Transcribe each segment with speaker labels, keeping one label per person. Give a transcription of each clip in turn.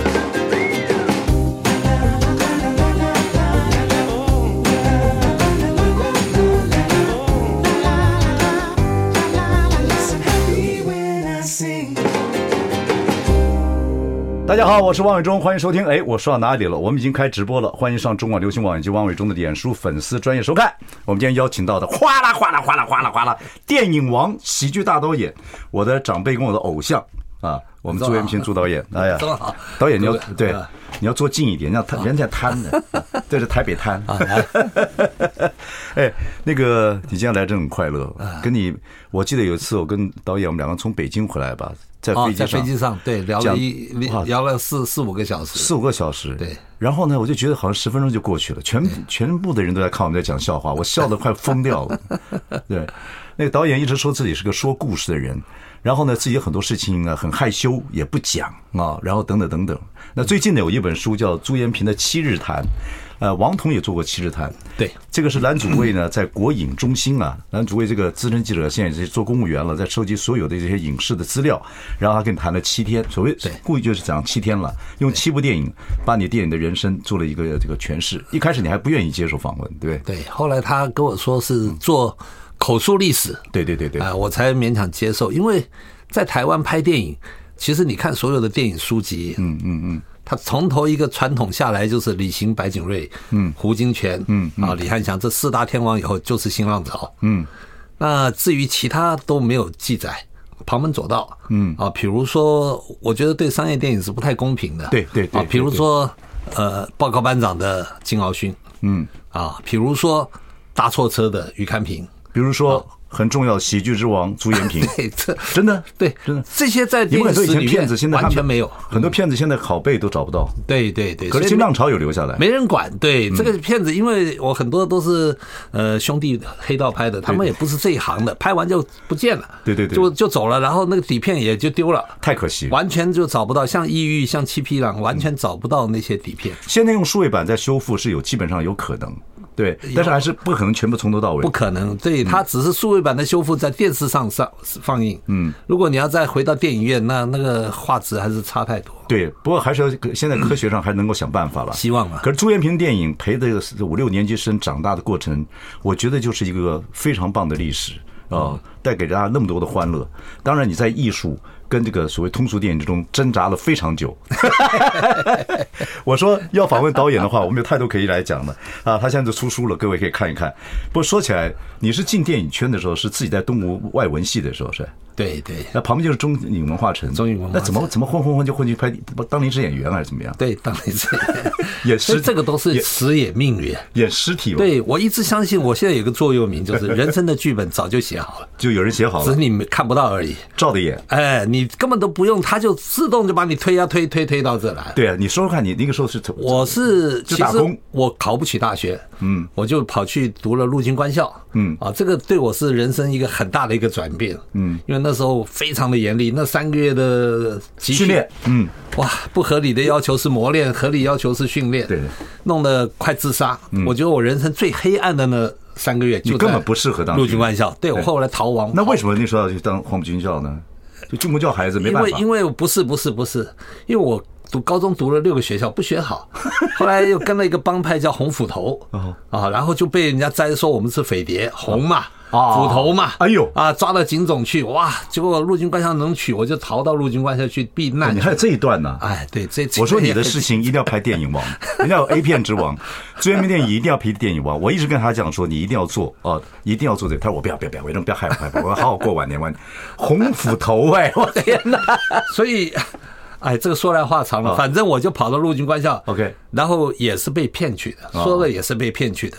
Speaker 1: 大家好，我是王伟忠，欢迎收听。哎，我说到哪里了？我们已经开直播了，欢迎上中广流行网以及王伟忠的脸书粉丝专业收看。我们今天邀请到的，哗啦哗啦哗啦哗啦哗啦，电影王、喜剧大导演，我的长辈跟我的偶像 啊，我们朱延平朱导演，哎呀
Speaker 2: 这么好，
Speaker 1: 导演你要
Speaker 2: 对
Speaker 1: 对，你要坐近一点，让他人家瘫 的，对着台北瘫。
Speaker 2: 啊
Speaker 1: 哎，那个你今天来真很快乐，
Speaker 2: 啊
Speaker 1: 跟你我记得有一次我跟导演我们两个从北京回来吧，在
Speaker 2: 哦
Speaker 1: 飞，机
Speaker 2: 在
Speaker 1: 上，
Speaker 2: 飞机上对聊了
Speaker 1: 讲
Speaker 2: 一
Speaker 1: 哇
Speaker 2: 聊了四四五个小时，
Speaker 1: 四五个小时，
Speaker 2: 对。
Speaker 1: 然后呢，我就觉得好像十分钟就过去了，全全部的人都在看我们在讲笑 话，我笑得快疯掉了。对，那个导演一直说自己是个说故事的人，然后呢，自己有很多事情啊很害羞，也不讲啊，然后等等等等。那最近呢，有一本书叫朱延平的《七日谈》，呃，王彤也做过《七日谈》，
Speaker 2: 对
Speaker 1: 这个是蓝祖蔚呢，在国影中心啊，蓝祖蔚这个资深记者，现在也是做公务员了，在收集所有的这些影视的资料，然后他跟你谈了七天，所谓故意就是讲七天了，用七部电影把你电影的人生做了一个这个诠释。一开始你还不愿意接受访问，对不对
Speaker 2: 对。后来他跟我说是做口述历史，
Speaker 1: 对对对对
Speaker 2: 啊、我才勉强接受，因为在台湾拍电影，其实你看所有的电影书籍，嗯嗯嗯，他从头一个传统下来就是李行、白景瑞，嗯，胡金铨，嗯啊，李翰祥这四大天王以后就是新浪潮，嗯，那至于其他都没有记载。旁门左道，嗯啊，比如说，我觉得对商业电影是不太公平的，
Speaker 1: 对对对
Speaker 2: 啊，比
Speaker 1: 对
Speaker 2: 如
Speaker 1: 对
Speaker 2: 说，呃，报告班长的金鳌勋，嗯啊，比如说搭错车的于堪平，
Speaker 1: 比如说很重要，喜剧之王朱延平，
Speaker 2: 对，这
Speaker 1: 真的
Speaker 2: 对，
Speaker 1: 真的
Speaker 2: 这些在
Speaker 1: 你
Speaker 2: 电
Speaker 1: 不
Speaker 2: 影
Speaker 1: 敢
Speaker 2: 史
Speaker 1: 说以
Speaker 2: 里
Speaker 1: 前
Speaker 2: 面
Speaker 1: 骗子，现在他
Speaker 2: 完
Speaker 1: 们
Speaker 2: 全没有，
Speaker 1: 很多骗子现在拷贝都找不到，
Speaker 2: 对对对，
Speaker 1: 可是
Speaker 2: 所
Speaker 1: 新
Speaker 2: 以
Speaker 1: 浪潮有留下来，
Speaker 2: 没人管。对这个片子，因为我很多都是呃兄弟黑道拍的，他们也不是这一行的，拍完就不见了，
Speaker 1: 对对对
Speaker 2: 就就走了，然后那个底片也就丢了，
Speaker 1: 太可惜了。
Speaker 2: 完全就找不到，像抑郁、像七匹狼，完全找不到那些底片。
Speaker 1: 现在用数位版再修复是有基本上有可能，对，但是还是不可能全部从头到尾
Speaker 2: 不。可能，对，它只是数位版的修复在电视上上放映。嗯，如果你要再回到电影院，那那个画质还是差太多。
Speaker 1: 对，不过还是要现在科学上还能够想办法了，
Speaker 2: 希望吧
Speaker 1: 啊
Speaker 2: 啊
Speaker 1: 可是朱延平电影陪着五六年级生长大的过程，我觉得就是一个非常棒的历史啊、
Speaker 2: 嗯
Speaker 1: 带给大家那么多的欢乐。当然，你在艺术跟这个所谓通俗电影之中挣扎了非常 久。 我说要访问导演的话，我们有太多可以来讲的啊。他现在就出书了，各位可以看一看。不过说起来，你是进电影圈的时候是自己在东吴外文系的时候是吧？
Speaker 2: 对对
Speaker 1: 那旁边就是中影文化城，
Speaker 2: 中影文化城
Speaker 1: 那怎么怎么混混混就混去拍当临时演员还是怎么样？
Speaker 2: 对，当然 是，
Speaker 1: 也
Speaker 2: 所以
Speaker 1: 是
Speaker 2: 这个都是
Speaker 1: 也
Speaker 2: 时也命运。
Speaker 1: 演尸体，，
Speaker 2: 对，我一直相信，我现在有个座右铭，就 是人生的剧本早就写好了，
Speaker 1: 就有人写好
Speaker 2: 只是
Speaker 1: 了，
Speaker 2: 你没看不到而已。
Speaker 1: 照着演。
Speaker 2: 哎，你根本都不用，他就自动就把你推呀、啊推推推到这来。
Speaker 1: 对啊，你说说看你那个时候是怎么？
Speaker 2: 我是
Speaker 1: 就
Speaker 2: 其
Speaker 1: 打工
Speaker 2: 实我考不起大学，嗯，我就跑去读了陆军官校，嗯啊，这个对我是人生一个很大的一个转变，嗯，因为那时候非常的严厉，那三个月的集
Speaker 1: 训练嗯，
Speaker 2: 哇，不合理的要求是磨练，合理要求是训练，
Speaker 1: 对嗯
Speaker 2: 弄得快自杀，我觉得我人生最黑暗的那三个月就
Speaker 1: 你根
Speaker 2: 在
Speaker 1: 本不适合当
Speaker 2: 陆
Speaker 1: 军人
Speaker 2: 军官校，对我
Speaker 1: 对
Speaker 2: 后来逃亡，
Speaker 1: 那为什么那时候要去当黄埔军校呢？就军国教孩子没
Speaker 2: 因
Speaker 1: 办
Speaker 2: 为
Speaker 1: 法，
Speaker 2: 因为不是不是不是，因为我读高中读了六个学校不 学好，后来又跟了一个帮派叫红斧头
Speaker 1: 哦
Speaker 2: 啊，然后就被人家摘说我们是匪谍，红嘛。
Speaker 1: 哦
Speaker 2: 斧头嘛，
Speaker 1: 哎呦
Speaker 2: 啊，抓到警总去，哇！结果陆军官校能取，我就逃到陆军官校去避难
Speaker 1: 你。还有这一段呢。
Speaker 2: 哎，对，这
Speaker 1: 哦我说你的事情一定要拍电 影王，人家有 A 片之王，追名电影一定要拍电影王。我一直跟他讲说，你一定要做啊、哦一定要做这个。他说我不要不要不要，我一定不要害我害怕，我要好好过晚年。晚年红斧头哎，我天哪！ 哦
Speaker 2: 所以，哎，这个说来话长了。反正我就跑到陆军官校
Speaker 1: OK 哦
Speaker 2: 然后也是被骗去的，说了也是被骗去的，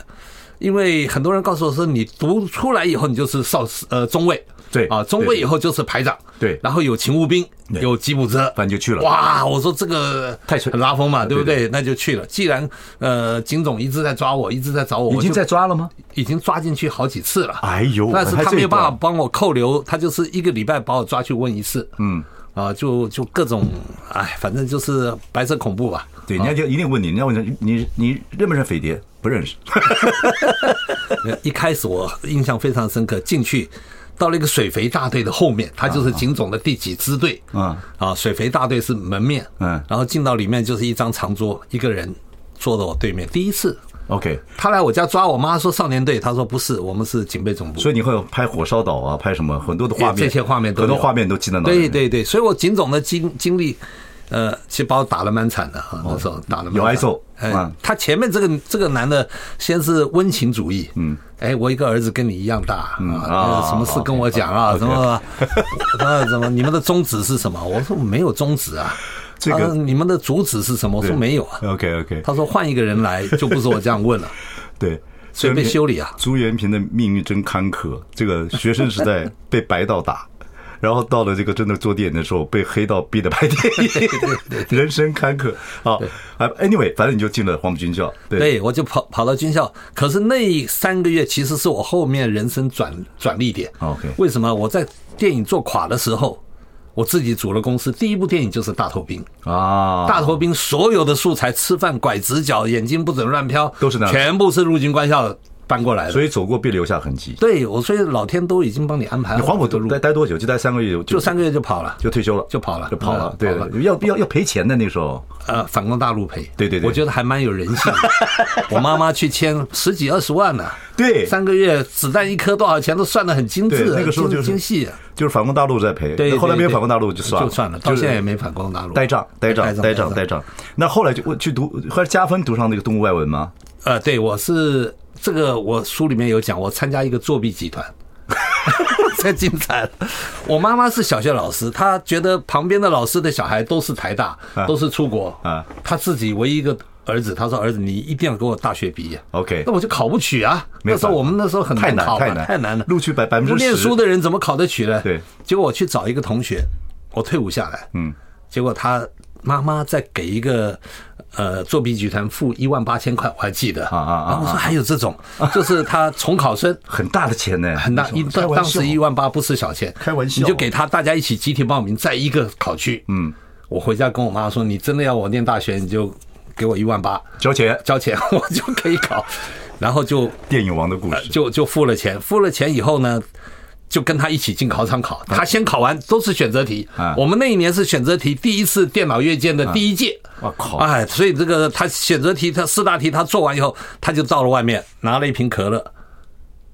Speaker 2: 因为很多人告诉我说，你读出来以后你就是少司呃中尉，
Speaker 1: 对
Speaker 2: 啊，中
Speaker 1: 对
Speaker 2: 尉以后就是排长，
Speaker 1: 对
Speaker 2: 然后有勤务兵，
Speaker 1: 对
Speaker 2: 有吉普车，
Speaker 1: 反正就去了
Speaker 2: 哇，我说这个
Speaker 1: 太扯
Speaker 2: 很拉风嘛，对不
Speaker 1: 对
Speaker 2: 对？那就去了。既然呃，金总一直在抓我，一直在找我，
Speaker 1: 已经
Speaker 2: 我就
Speaker 1: 在抓了吗？
Speaker 2: 已经抓进去好几次了。
Speaker 1: 哎呦
Speaker 2: 但是
Speaker 1: 还
Speaker 2: 他
Speaker 1: 这一
Speaker 2: 没有办法
Speaker 1: 段
Speaker 2: 帮我扣留，他就是一个礼拜把我抓去问一次。嗯，啊，就就各种，哎，反正就是白色恐怖吧。
Speaker 1: 对，人家就一定问你，人家问你，你你认不认识匪谍？不认识。
Speaker 2: 一开始我印象非常深刻，进去到了一个水肥大队的后面，它就是警总的第几支队
Speaker 1: 啊
Speaker 2: 啊，水肥大队是门面，
Speaker 1: 嗯
Speaker 2: 然后进到里面就是一张长桌，一个人坐在我对面，第一次。
Speaker 1: OK，
Speaker 2: 他来我家抓我妈，说少年队，他说不是，我们是警备总部。
Speaker 1: 所以你会有拍火烧岛啊，拍什么很多的画面，
Speaker 2: 这些画面都
Speaker 1: 很多
Speaker 2: 有
Speaker 1: 画面都记在脑袋里
Speaker 2: 对
Speaker 1: 面。
Speaker 2: 对对，所以我警总的经经历，呃，其实把我打得蛮惨的啊，那时候打得蛮惨
Speaker 1: 哦有挨揍
Speaker 2: 哎
Speaker 1: 嗯，
Speaker 2: 他前面这个这个男的先是温情主义，嗯，哎，我一个儿子跟你一样大啊
Speaker 1: 啊，
Speaker 2: 什么事跟我讲啊，
Speaker 1: OK，
Speaker 2: 什么， 呃，怎么你们的宗旨是什么？我说没有宗旨啊，
Speaker 1: 这个
Speaker 2: 他说你们的主旨是什么？我说没有啊，
Speaker 1: OK OK，
Speaker 2: 他说换一个人来就不是我这样问了，
Speaker 1: 对，
Speaker 2: 所以被修理啊
Speaker 1: 朱元平的命运真坎坷，这个学生时代被白道打。 然后到了这个真的做电影的时候，被黑道逼得拍 电影，人生坎坷啊！啊，anyway，反正你就进了黄埔军校，对
Speaker 2: 对，我就跑跑到军校。可是那三个月其实是我后面人生转转捩点。
Speaker 1: OK
Speaker 2: 为什么？我在电影做垮的时候，我自己组了公司，第一部电影就是《大头兵》。
Speaker 1: 啊，
Speaker 2: 大头兵所有的素材，吃饭拐直角，眼睛不准乱瞟，
Speaker 1: 都是那样
Speaker 2: 全部是陆军官校搬过来的。
Speaker 1: 所以走过必留下痕迹。
Speaker 2: 对我，所以老天都已经帮你安排好
Speaker 1: 你黄埔
Speaker 2: 这个路
Speaker 1: 待待多久？就待三个月，
Speaker 2: 就
Speaker 1: 就
Speaker 2: 三个月就跑了，
Speaker 1: 就退休了，
Speaker 2: 就跑了
Speaker 1: 就跑了
Speaker 2: 嗯。
Speaker 1: 对
Speaker 2: 跑了，
Speaker 1: 要要要赔钱的那时候，
Speaker 2: 呃，反攻大陆赔。
Speaker 1: 对对对
Speaker 2: 我觉得还蛮有人 性的。我妈妈去签十几二十万呢、
Speaker 1: 对
Speaker 2: 三个月子弹一颗多少钱都算得很精致，
Speaker 1: 对那个时候就是
Speaker 2: 精精细啊。
Speaker 1: 就是反攻大陆在赔，
Speaker 2: 对，
Speaker 1: 后来没有
Speaker 2: 对
Speaker 1: 反攻大陆就算了，
Speaker 2: 就算了，
Speaker 1: 就
Speaker 2: 到
Speaker 1: 是
Speaker 2: 现在也没反攻大陆。
Speaker 1: 呆账，呆账，呆账，呆
Speaker 2: 呆。
Speaker 1: 账。那后来就我去读，后来加分读上那个动物外文吗？
Speaker 2: 呃，对，我是这个，我书里面有讲，我参加一个作弊 集团。太精彩了！我妈妈是小学老师，她觉得旁边的老师的小孩都是台大，都是出国
Speaker 1: 啊，
Speaker 2: 她自己唯一一个儿子，她说：“儿子，你一定要给我大学毕业。”
Speaker 1: OK
Speaker 2: 那我就考不取啊。
Speaker 1: 没
Speaker 2: 那
Speaker 1: 有
Speaker 2: 时候
Speaker 1: 办法
Speaker 2: 我们那时候很
Speaker 1: 太难
Speaker 2: 考
Speaker 1: 太
Speaker 2: 嘛
Speaker 1: 难
Speaker 2: 太难了，
Speaker 1: 录取百百分之
Speaker 2: 不念
Speaker 1: 十
Speaker 2: 书的人怎么考得取呢？
Speaker 1: 对
Speaker 2: 结果我去找一个同学，我退伍下来，嗯，结果他妈妈再给一个呃作弊集团付一万八千块，我还记得
Speaker 1: 啊啊啊
Speaker 2: 然后我说还有 这种，就是他重考生。
Speaker 1: 很大的钱呢，
Speaker 2: 很大一
Speaker 1: 开
Speaker 2: 当
Speaker 1: 玩
Speaker 2: 当
Speaker 1: 笑
Speaker 2: 时一万八不是小钱，
Speaker 1: 开玩笑
Speaker 2: 你就给他大家一起集体报名，在一个考区。嗯，我回家跟我妈说，你真的要我念大学，你就给我一万八
Speaker 1: 交钱。
Speaker 2: 交钱， 我就可以考。然后就
Speaker 1: 电影王的故事，
Speaker 2: 就就付了钱，付了钱以后呢，就跟他一起进考场考。他先考完都是选择题
Speaker 1: 啊，
Speaker 2: 我们那一年是选择题第一次电脑阅卷的第一届。
Speaker 1: 我靠
Speaker 2: 哎，所以这个他选择题，他四大题他做完以后，他就到了外面拿了一瓶可乐，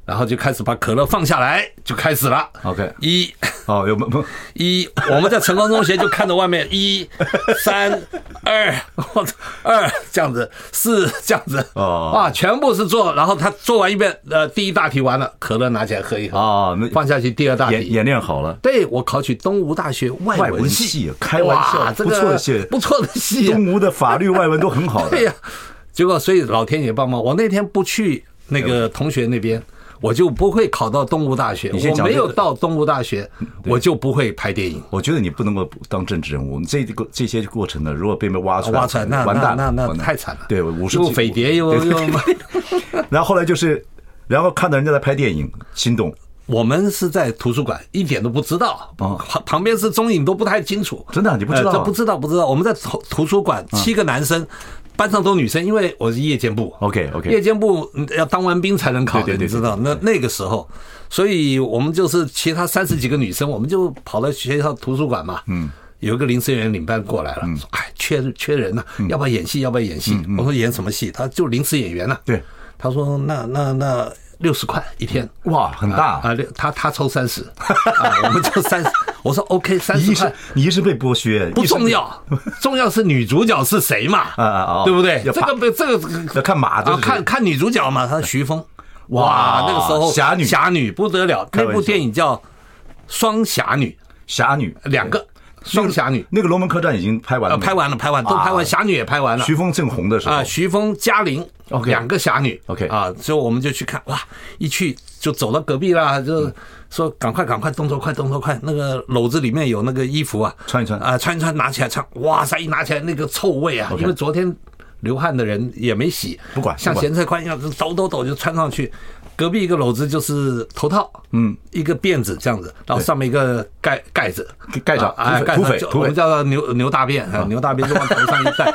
Speaker 2: 然后就开始把可乐放下来，就开始了。
Speaker 1: OK
Speaker 2: 一。
Speaker 1: 哦，有不不
Speaker 2: 一，我们在晨光中学就看着外面一、三、二，我操二这样子，四这样子，
Speaker 1: 哦
Speaker 2: 啊，全部是做，然后他做完一遍，呃，第一大题完了，可乐拿起来喝一喝，
Speaker 1: 啊， 那
Speaker 2: 放下去第二大
Speaker 1: 演
Speaker 2: 题。
Speaker 1: 演练好了，
Speaker 2: 对，我考取东吴大学外
Speaker 1: 外
Speaker 2: 文
Speaker 1: 文系开玩笑
Speaker 2: 哇这个
Speaker 1: 不错的系
Speaker 2: 不错的戏啊，
Speaker 1: 东吴的法律外文都很好
Speaker 2: 对
Speaker 1: 的，
Speaker 2: 呀、结果所以老天爷帮忙，我那天不去那个同学那边。我就不会考到东吴大学，
Speaker 1: 你先
Speaker 2: 我
Speaker 1: 讲
Speaker 2: 没
Speaker 1: 这个
Speaker 2: 有到东吴大学，我就不会拍电影。
Speaker 1: 我觉得你不能够当政治人物，这个这些过程呢，如果被被挖出来，
Speaker 2: 挖出来那
Speaker 1: 完蛋了，
Speaker 2: 那那那
Speaker 1: 完蛋
Speaker 2: 太惨了。
Speaker 1: 对，五十
Speaker 2: 又
Speaker 1: 几
Speaker 2: 匪谍又
Speaker 1: 对
Speaker 2: 又，
Speaker 1: 然后后来就是，然后看到人家在拍电影，心动，
Speaker 2: 我们是在图书馆，一点都不知道，
Speaker 1: 哦
Speaker 2: 旁旁边是中影都不太清楚。
Speaker 1: 真的啊你不知道啊嗯
Speaker 2: 呃这不知道不知道。我们在图图书馆，七个男生，班上都女生，因为我是夜间部。
Speaker 1: OK，OK
Speaker 2: 夜间部嗯要当完兵才能考的，
Speaker 1: 对对对
Speaker 2: 你知道？那那个时候，所以我们就是其他三十几个女生，我们就跑到学校图书馆嘛。嗯。有一个临时演员领班过来
Speaker 1: 嗯
Speaker 2: 了，说：“哎，缺缺人呐、要不要演戏？要不要演戏？”我说：“演什么戏？”他就临时演员呐、
Speaker 1: 对，
Speaker 2: 他说：“那那那六十块一天。”
Speaker 1: 哇，很大，
Speaker 2: 啊，六他他抽 三十、啊，我们就三十。我说 OK，三
Speaker 1: 你一
Speaker 2: 十
Speaker 1: 是
Speaker 2: 块
Speaker 1: 你一是被剥削，
Speaker 2: 啊不
Speaker 1: 一是
Speaker 2: 重要，重要是女主角是谁嘛，
Speaker 1: 啊啊啊
Speaker 2: 对不对？
Speaker 1: 要
Speaker 2: 这
Speaker 1: 怕
Speaker 2: 个不这个
Speaker 1: 要看马这
Speaker 2: 啊
Speaker 1: 是，
Speaker 2: 看看女主角嘛，她徐峰，
Speaker 1: 哇
Speaker 2: 哇，那个时候
Speaker 1: 侠女
Speaker 2: 侠女不得了，
Speaker 1: 开
Speaker 2: 那
Speaker 1: 玩笑
Speaker 2: 部电影叫《双侠女
Speaker 1: 侠女》，
Speaker 2: 两个。双侠女
Speaker 1: 那个《嗯啊龙门客栈》已经拍完
Speaker 2: 呃，
Speaker 1: 了没，
Speaker 2: 拍完了，拍完都拍完，侠女也拍完了
Speaker 1: 徐峰正红的时候
Speaker 2: 啊，徐峰、嘉玲
Speaker 1: OK
Speaker 2: 两个侠女
Speaker 1: OK
Speaker 2: 啊，所以我们就去看哇，一去就走到隔壁啦，就
Speaker 1: 嗯
Speaker 2: 说赶快赶快动作快动作快，那个篓子里面有那个衣服啊，
Speaker 1: 穿一穿
Speaker 2: 啊，穿一穿拿起来穿，哇塞，一拿起来那个臭味啊，
Speaker 1: OK
Speaker 2: 因为昨天流汗的人也没洗，
Speaker 1: 不管
Speaker 2: 像
Speaker 1: 不管
Speaker 2: 咸菜宽一样抖抖抖就穿上去。隔壁一个篓子就是头套，嗯，一个辫子这样子，然后上面一个盖盖子，
Speaker 1: 给盖上土
Speaker 2: 啊，
Speaker 1: 匪
Speaker 2: 盖
Speaker 1: 土匪
Speaker 2: 上，就
Speaker 1: 土匪
Speaker 2: 我们叫它牛牛大便啊，牛大便就往头上一戴，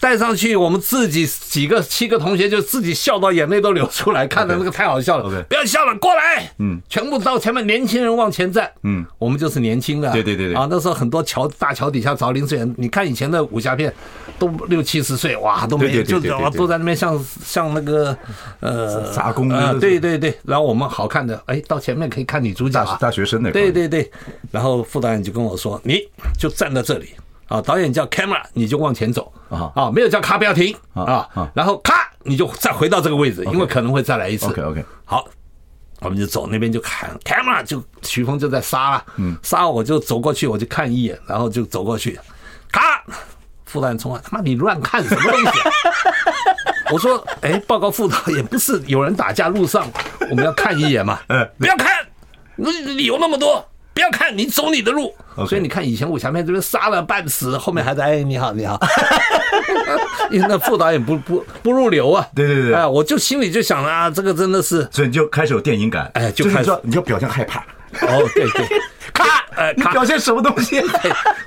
Speaker 2: 戴上去，我们自己几个七个同学就自己笑到眼泪都流出来，看的那个太好笑了
Speaker 1: OK，
Speaker 2: 不要笑了，过来，嗯，全部到前面，年轻人往前站，嗯，我们就是年轻的，
Speaker 1: 对对对对
Speaker 2: 啊，那时候很多桥大桥底下找零碎人，你看以前的武侠片，都六七十岁，哇，都没
Speaker 1: 对对
Speaker 2: 就啊
Speaker 1: 对对对对
Speaker 2: 都在那边像像那个呃
Speaker 1: 杂工
Speaker 2: 啊，
Speaker 1: 那个
Speaker 2: 对对对，然后我们好看的，哎，到前面可以看女主角啊
Speaker 1: 大大学生那块
Speaker 2: 对对对，然后副导演就跟我说，你就站在这里啊，导演叫 camera，你就往前走
Speaker 1: 啊
Speaker 2: 啊，没有叫咔不要停
Speaker 1: 啊
Speaker 2: 啊
Speaker 1: 啊，
Speaker 2: 然后咔你就再回到这个位置，因为可能会再来一次。
Speaker 1: OK，OK
Speaker 2: 好。我们就走那边就喊 camera，就徐峰就在杀了，嗯，杀我就走过去，我就看一眼，然后就走过去，咔，副导演冲啊，他妈你乱看什么东西、啊？ 我说，哎，报告副导 演，不是有人打架路上，我们要看一眼嘛。
Speaker 1: 嗯
Speaker 2: 不要看，你理由那么多，不要看，你走你的路。
Speaker 1: OK 嗯
Speaker 2: 所以你看，以前武侠片这边杀了半死，后面还在哎你 好你好， 因为那副导演不不不入流啊。
Speaker 1: 对对对
Speaker 2: 哎，我就心里就想啊，这个真的是
Speaker 1: 所以你就开始有电影感，
Speaker 2: 哎就是开
Speaker 1: 你
Speaker 2: 始
Speaker 1: 说你就表现害 怕，
Speaker 2: 哦对 对，咔哎
Speaker 1: 你
Speaker 2: 咔
Speaker 1: 表现什么东 西？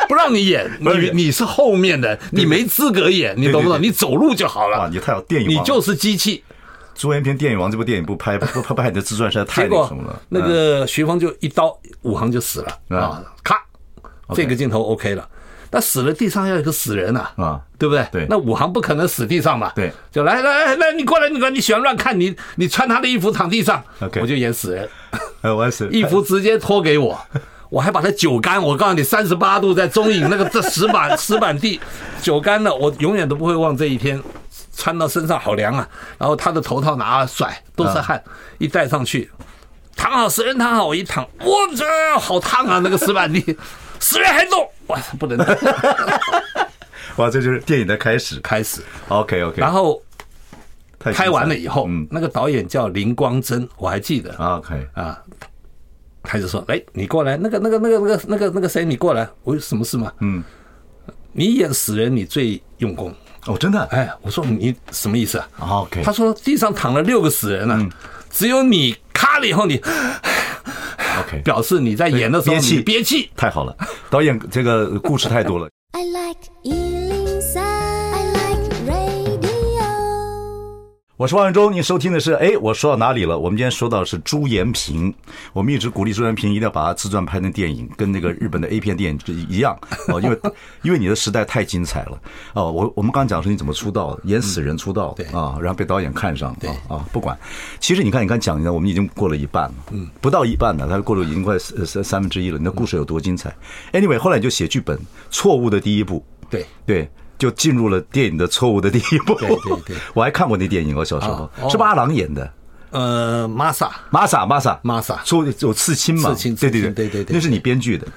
Speaker 2: 不让你演，
Speaker 1: 不让
Speaker 2: 你
Speaker 1: 演
Speaker 2: 你是后面的，你没资格演，你懂不懂？
Speaker 1: 对对对
Speaker 2: 你走路就好
Speaker 1: 哇，
Speaker 2: 了，
Speaker 1: 你太有电影
Speaker 2: 你
Speaker 1: 王了，
Speaker 2: 就是机器。
Speaker 1: 朱元平《电影王》这部电影不拍不不拍你的自传实在太
Speaker 2: 结
Speaker 1: 那
Speaker 2: 果
Speaker 1: 什么了。
Speaker 2: 那
Speaker 1: 嗯
Speaker 2: 个徐峰就一刀武行就死了
Speaker 1: 嗯
Speaker 2: 啊，咔，这个镜头 OK 了。那死了地上要有个死人呐
Speaker 1: 啊
Speaker 2: 对不对？
Speaker 1: 对
Speaker 2: 那武行不可能死地上嘛，
Speaker 1: 对
Speaker 2: 就来来来来，你过来，你过来，你喜欢乱看，你你穿他的衣服躺地上
Speaker 1: OK
Speaker 2: 我就演死人，
Speaker 1: 哎，我也是
Speaker 2: 衣服直接脱给我。我还把它酒干，我告诉你，三十八度在中影那个这石板 石板地，酒干了，我永远都不会忘这一天。穿到身上好凉啊，然后他的头套拿了甩，都是汗，一戴上去，躺好死人躺好，我一躺，我这好烫啊，那个石板地，死人还动，哇，不能动
Speaker 1: 哇，这就是电影的开始。
Speaker 2: 开始，
Speaker 1: OK OK，
Speaker 2: 然后
Speaker 1: 太精彩
Speaker 2: 啊拍完了以后，
Speaker 1: 嗯
Speaker 2: 那个导演叫林光真，我还记得
Speaker 1: ，OK，
Speaker 2: 啊，他就说：“哎，你过来，那个、那个、那个、那个、那个、那个谁，你过来，我有什么事吗？”嗯，你演死人，你最用功。
Speaker 1: 哦，真的
Speaker 2: 哎，我说你什么意思啊？
Speaker 1: ，OK，
Speaker 2: 他说地上躺了六个死人了、啊
Speaker 1: 嗯
Speaker 2: 只有你咔了以后你，
Speaker 1: OK，
Speaker 2: 表示你在演的时候
Speaker 1: 憋气
Speaker 2: 你憋气。
Speaker 1: 太好了，导演这个故事太多了。
Speaker 3: I like Ealing Sound. I like radio.
Speaker 1: 我是王永忠，您收听的是哎，我说到哪里了？我们今天说到的是朱延平，我们一直鼓励朱延平一定要把他自传拍成电影，跟那个日本的 A 片电影这一样哦，因为因为你的时代太精彩了哦。我我们刚刚讲说你怎么出道，演死人出道
Speaker 2: 对
Speaker 1: 啊，然后被导演看上啊啊，不管。其实你看，你看讲呢，我们已经过了一半了，嗯，不到一半了，他过了已经快三三三分之一了。你的故事有多精彩？Anyway，后来你就写剧本，错误的第一步，
Speaker 2: 对，
Speaker 1: 对，就进入了电影的错误的第一步。
Speaker 2: 对对对
Speaker 1: 我还看过那电影，我小时
Speaker 2: 啊
Speaker 1: 候、
Speaker 2: 哦
Speaker 1: 是巴郎演的，
Speaker 2: 呃，玛莎，
Speaker 1: 玛莎玛莎
Speaker 2: 玛莎
Speaker 1: 出有刺青嘛？
Speaker 2: 刺青
Speaker 1: 对对对
Speaker 2: 刺青对对对
Speaker 1: 那是你编剧的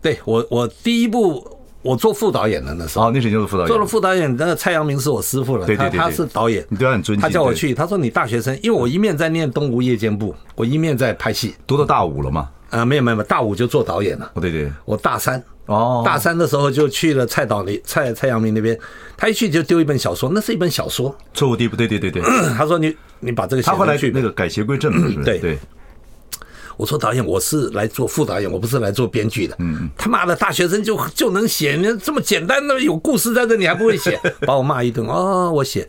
Speaker 2: 对我我第一部我做副导演的那时候。
Speaker 1: 哦，那是你做的副导演。
Speaker 2: 做了副导演，那个蔡阳明是我师傅了，
Speaker 1: 对对对对
Speaker 2: 他他是导演，
Speaker 1: 你对他很尊敬
Speaker 2: 他叫我去，他说你大学生，因为我一面在念东吴夜间部，我一面在拍戏，
Speaker 1: 读到大五了嘛？
Speaker 2: 啊、没有没有，没有大五就做导演了，
Speaker 1: 哦，对对，
Speaker 2: 我大三。
Speaker 1: 哦
Speaker 2: 大三的时候就去了蔡导林蔡蔡阳明那边，他一去就丢一本小说，那是一本小说。
Speaker 1: 错误第一步，对对对对。
Speaker 2: 他说你你把这个写
Speaker 1: 他后
Speaker 2: 进
Speaker 1: 来
Speaker 2: 去。
Speaker 1: 那个改邪归正了，是不是？
Speaker 2: 对
Speaker 1: 对，
Speaker 2: 我说导演，我是来做副导演，我不是来做编剧的。嗯，他妈的，大学生就就能写，你这么简单的有故事在这，你还不会 写，把我骂一顿。哦，我写，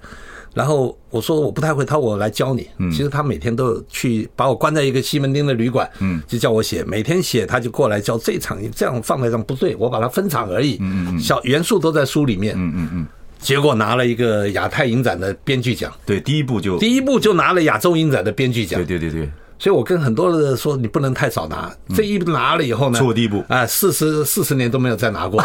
Speaker 2: 然后我说我不太会，他说我来教你。嗯，其实他每天都有去把我关在一个西门町的旅馆，嗯，就叫我写，每天写，他就过来教这一场这样放在这样不对，我把它分场而已，嗯嗯，小元素都在书里面，嗯嗯嗯，结果拿了一个亚太影展的编剧奖，
Speaker 1: 对，第一步就
Speaker 2: 第一部就拿了亚洲影展的编剧奖
Speaker 1: 对，对对对，
Speaker 2: 所以我跟很多人说，你不能太少拿。这一拿了以后
Speaker 1: 嗯
Speaker 2: 呢，
Speaker 1: 错第一步
Speaker 2: 啊，四十四十年都没有再 拿过。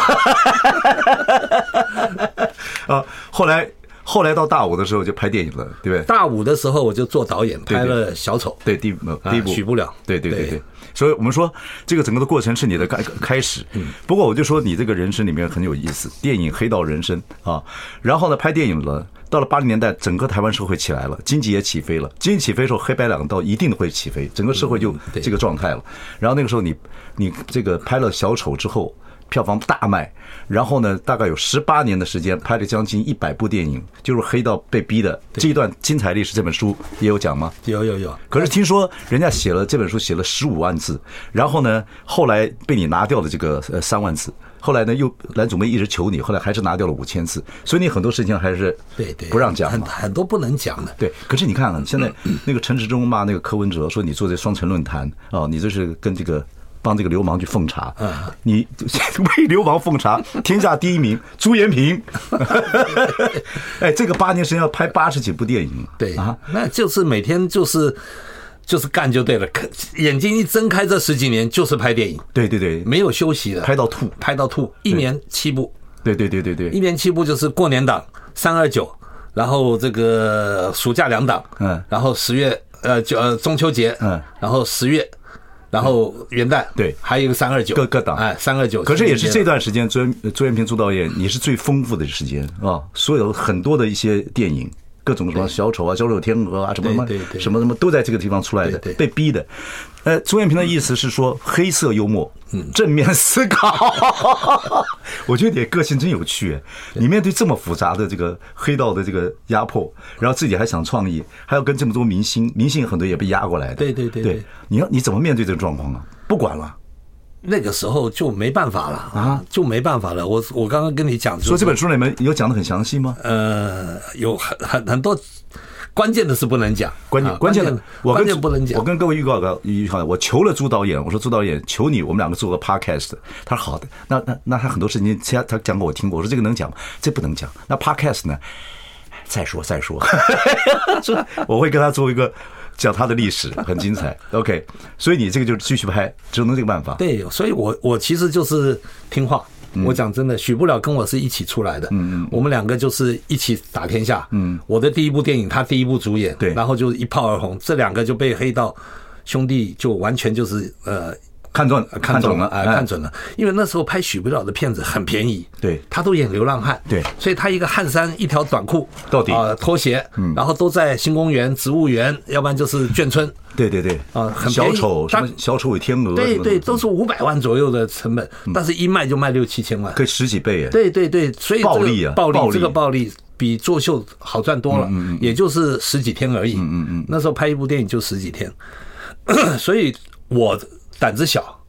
Speaker 1: 啊，后来后来到大五的时候就拍电影了，对不对？
Speaker 2: 大五的时候我就做导演，
Speaker 1: 对
Speaker 2: 拍了小丑，
Speaker 1: 对，第一
Speaker 2: 啊
Speaker 1: 第一步
Speaker 2: 许不了，
Speaker 1: 对对对对，所以我们说这个整个的过程是你的开开始。不过我就说你这个人生里面很有意思，电影黑道人生啊，然后呢拍电影了。到了八零年代，整个台湾社会起来了，经济也起飞了。经济起飞的时候，黑白两道一定会起飞，整个社会就
Speaker 2: 对
Speaker 1: 这个状态了。然后那个时候你，你这个拍了小丑之后，票房大卖，然后呢，大概有十八年的时间，拍了将近一百部电影，就是黑道被逼的这一段精彩历史。这本书也有讲吗？
Speaker 2: 有有有，
Speaker 1: 可是听说人家写了这本书，写了十五万字，然后呢，后来被你拿掉了这个呃三万字，后来呢又蓝祖妹一直求你，后来还是拿掉了五千字，所以你很多事情还是
Speaker 2: 对对，
Speaker 1: 不让讲
Speaker 2: 很
Speaker 1: 嘛。
Speaker 2: 很多不能讲的。
Speaker 1: 对，可是你看啊，现在那个陈时中骂那个柯文哲说你做这双城论坛啊、你这是跟这个帮这个流氓去奉茶，
Speaker 2: 嗯
Speaker 1: 你为流氓奉茶，天下第一名朱延平， 哎，这个八年时间要拍八十几部电影，
Speaker 2: 对
Speaker 1: 啊，
Speaker 2: 那就是每天就是就是干就对了，可眼睛一睁开，这十几年就是拍电影，
Speaker 1: 对对对，
Speaker 2: 没有休息的，
Speaker 1: 拍到吐
Speaker 2: 拍到吐，一年七部，
Speaker 1: 对对对对对，
Speaker 2: 一年七部就是过年档三二九，然后这个暑假两档，
Speaker 1: 嗯
Speaker 2: 然后十月呃九呃中秋节，
Speaker 1: 嗯，
Speaker 2: 然后十月。然后元旦
Speaker 1: 对
Speaker 2: 还有一个三二九
Speaker 1: 各各档
Speaker 2: 哎，三二九。
Speaker 1: 可是也是这段时间，朱元朱元平朱导演，你是最丰富的时间啊，所有很多的一些电影，各种什么小丑啊、小丑天鹅啊，什么什么
Speaker 2: 对对对
Speaker 1: 什么什么都在这个地方出来的，
Speaker 2: 对对嗯
Speaker 1: 被逼的。呃，朱元平的意思是说黑色幽默，正面思 考。我觉得你的个性真有趣，哎你面对这么复杂的这个黑道的这个压迫，然后自己还想创意，还要跟这么多明星，明星很多也被压过来的。
Speaker 2: 对对对对
Speaker 1: 对，你要你怎么面对这个状况啊？不管了，
Speaker 2: 那个时候就没办法了啊，就没办法了。我我刚刚跟你讲，就
Speaker 1: 所以
Speaker 2: 是
Speaker 1: 这本书里面有讲的很详细吗？
Speaker 2: 呃，有很很很多关键的是不能讲，
Speaker 1: 关键、
Speaker 2: 啊
Speaker 1: 关键的，我跟
Speaker 2: 关键不能讲。
Speaker 1: 我跟各位预告个预告，我求了朱导演，我说朱导演，求你，我们两个做个 podcast。他说好的，那那那他很多事情，他他讲过我听过，我说这个能讲吗？这不能讲。那 podcast 呢？再说再说， 说我会跟他做一个讲他的历史，很精彩。OK，所以你这个就是继续拍，只能这个办法。
Speaker 2: 对，所以我我其实就是听话。
Speaker 1: 嗯
Speaker 2: 我讲真的，许不了跟我是一起出来的，嗯嗯，我们两个就是一起打天下，嗯，我的第一部电影，他第一部主演，
Speaker 1: 对
Speaker 2: 然后就一炮而红，这两个就被黑道兄弟就完全就是呃
Speaker 1: 看中看中了
Speaker 2: 啊，
Speaker 1: 哎
Speaker 2: 看准了，因为那时候拍许不了的片子很便宜，
Speaker 1: 对
Speaker 2: 他都演流浪汉，
Speaker 1: 对
Speaker 2: 所以他一个汗衫一条短裤
Speaker 1: 到底嗯
Speaker 2: 啊拖鞋，然后都在新公园、植物园，要不然就是眷村，
Speaker 1: 对对对
Speaker 2: 啊很
Speaker 1: 小
Speaker 2: 便宜
Speaker 1: 丑什
Speaker 2: 但
Speaker 1: 么小丑与天鹅，什
Speaker 2: 对
Speaker 1: 么
Speaker 2: 对，
Speaker 1: 什么嗯
Speaker 2: 都是五百万左右的成本，但是一卖就卖六七千万，
Speaker 1: 可以十几倍耶。
Speaker 2: 对对对，所以这个
Speaker 1: 暴利啊
Speaker 2: 暴
Speaker 1: 暴嗯
Speaker 2: 利
Speaker 1: 利
Speaker 2: 这个暴利比作秀好赚多了，也就是十几天而已。嗯嗯嗯，那时候拍一部电影就十几天， 所以我胆子小，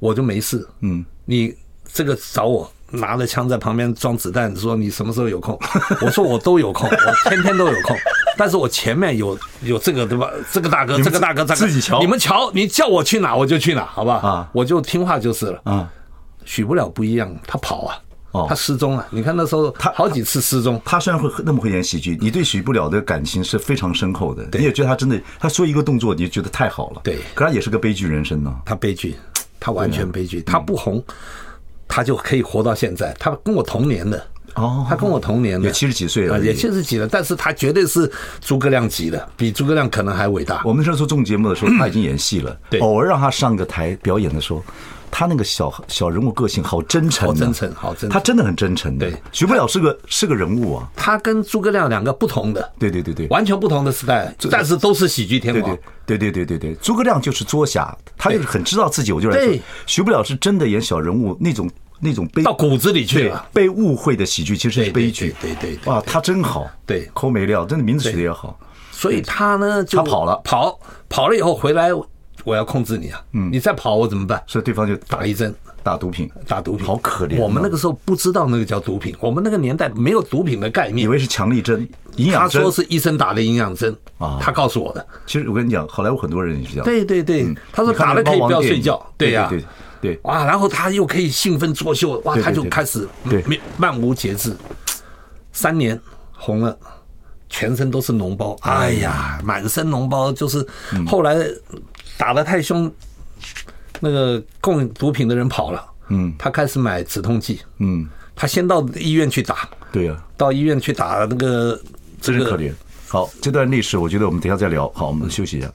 Speaker 2: 我就没事。嗯，你这个找我。拿着枪在旁边装子弹，说你什么时候 有空？我说我都有空，我天天都有空。但是我前面有有这个对吧？这个大哥，
Speaker 1: 们
Speaker 2: 这个大哥，这个
Speaker 1: 自己瞧
Speaker 2: 你们瞧，你叫我去哪我就去哪，好吧？
Speaker 1: 啊
Speaker 2: 我就听话就是了。
Speaker 1: 啊，
Speaker 2: 许不了不一样，他跑啊，
Speaker 1: 哦
Speaker 2: 他失踪啊。你看那时候
Speaker 1: 他
Speaker 2: 好几次失踪，
Speaker 1: 他虽然会那么会演喜剧，你对许不了的感情是非常深厚的，你也觉得他真的，他说一个动作你就觉得太好了，
Speaker 2: 对
Speaker 1: 可他也是个悲剧人生呢、
Speaker 2: 他悲剧，他完
Speaker 1: 啊
Speaker 2: 全悲
Speaker 1: 嗯
Speaker 2: 剧，他不红，他就可以活到现在。他跟我同年的，
Speaker 1: 哦
Speaker 2: 他跟我同年的，
Speaker 1: 也70几岁而
Speaker 2: 啊
Speaker 1: 已
Speaker 2: 也七十几了，但是他绝对是诸葛亮级的，比诸葛亮可能还伟大。
Speaker 1: 我们那时候做节目的 时候，他已经演戏了，
Speaker 2: 对
Speaker 1: 偶尔让他上个台表演的时候。他那个小小人物个性好真诚啊，
Speaker 2: 好真诚好真诚
Speaker 1: 他真的很真诚的。
Speaker 2: 对
Speaker 1: 许不了是个是个人物啊，
Speaker 2: 他跟诸葛亮两个不同的，
Speaker 1: 对对对对，
Speaker 2: 完全不同的时代，但是都是喜剧天
Speaker 1: 对
Speaker 2: 王
Speaker 1: 对。对对对对对，诸葛亮就是作侠，他就是很知道自己，我就来做
Speaker 2: 对。
Speaker 1: 许不了是真的演小人物那种那种悲
Speaker 2: 到骨子里去
Speaker 1: 对
Speaker 2: 了，
Speaker 1: 被误会的喜剧其实是悲剧，
Speaker 2: 对对对对对对
Speaker 1: 哇，他真好，
Speaker 2: 对
Speaker 1: 抠没料，真的名字取得也好，
Speaker 2: 所以他呢就
Speaker 1: 他跑了
Speaker 2: 跑跑了以后回来，我要控制你啊，嗯，你再跑我怎么办？
Speaker 1: 所以对方就
Speaker 2: 打一针，
Speaker 1: 打毒品，
Speaker 2: 打毒品，
Speaker 1: 好可怜啊。
Speaker 2: 我们那个时候不知道那个叫毒品，我们那个年代没有毒品的概
Speaker 1: 以
Speaker 2: 念。
Speaker 1: 为是强力针、营
Speaker 2: 他
Speaker 1: 养针
Speaker 2: 说，是医生打的营养针
Speaker 1: 啊
Speaker 2: 他告诉我的。
Speaker 1: 其实我跟你讲，好莱坞很多人也是这样，
Speaker 2: 对对对，他
Speaker 1: 嗯
Speaker 2: 说
Speaker 1: 你看
Speaker 2: 打
Speaker 1: 那
Speaker 2: 了
Speaker 1: 个
Speaker 2: 可以
Speaker 1: 猫王
Speaker 2: 不要
Speaker 1: 电
Speaker 2: 睡
Speaker 1: 影
Speaker 2: 觉，
Speaker 1: 对
Speaker 2: 呀、
Speaker 1: 对对对
Speaker 2: 哇，然后他又可以兴奋作秀，哇，
Speaker 1: 对对
Speaker 2: 他就
Speaker 1: 对
Speaker 2: 开始
Speaker 1: 对
Speaker 2: 没漫无节制，三年红了。全身都是脓包，哎呀，满身脓包，就是
Speaker 1: 嗯
Speaker 2: 后来打得太凶，那个供毒品的人跑了，嗯，他开始买止痛剂，嗯，他先到医院去打，
Speaker 1: 对呀，
Speaker 2: 到医院去打那个，
Speaker 1: 真是可怜。好，这段历史我觉得我们等一下再聊。好，我们休息一下。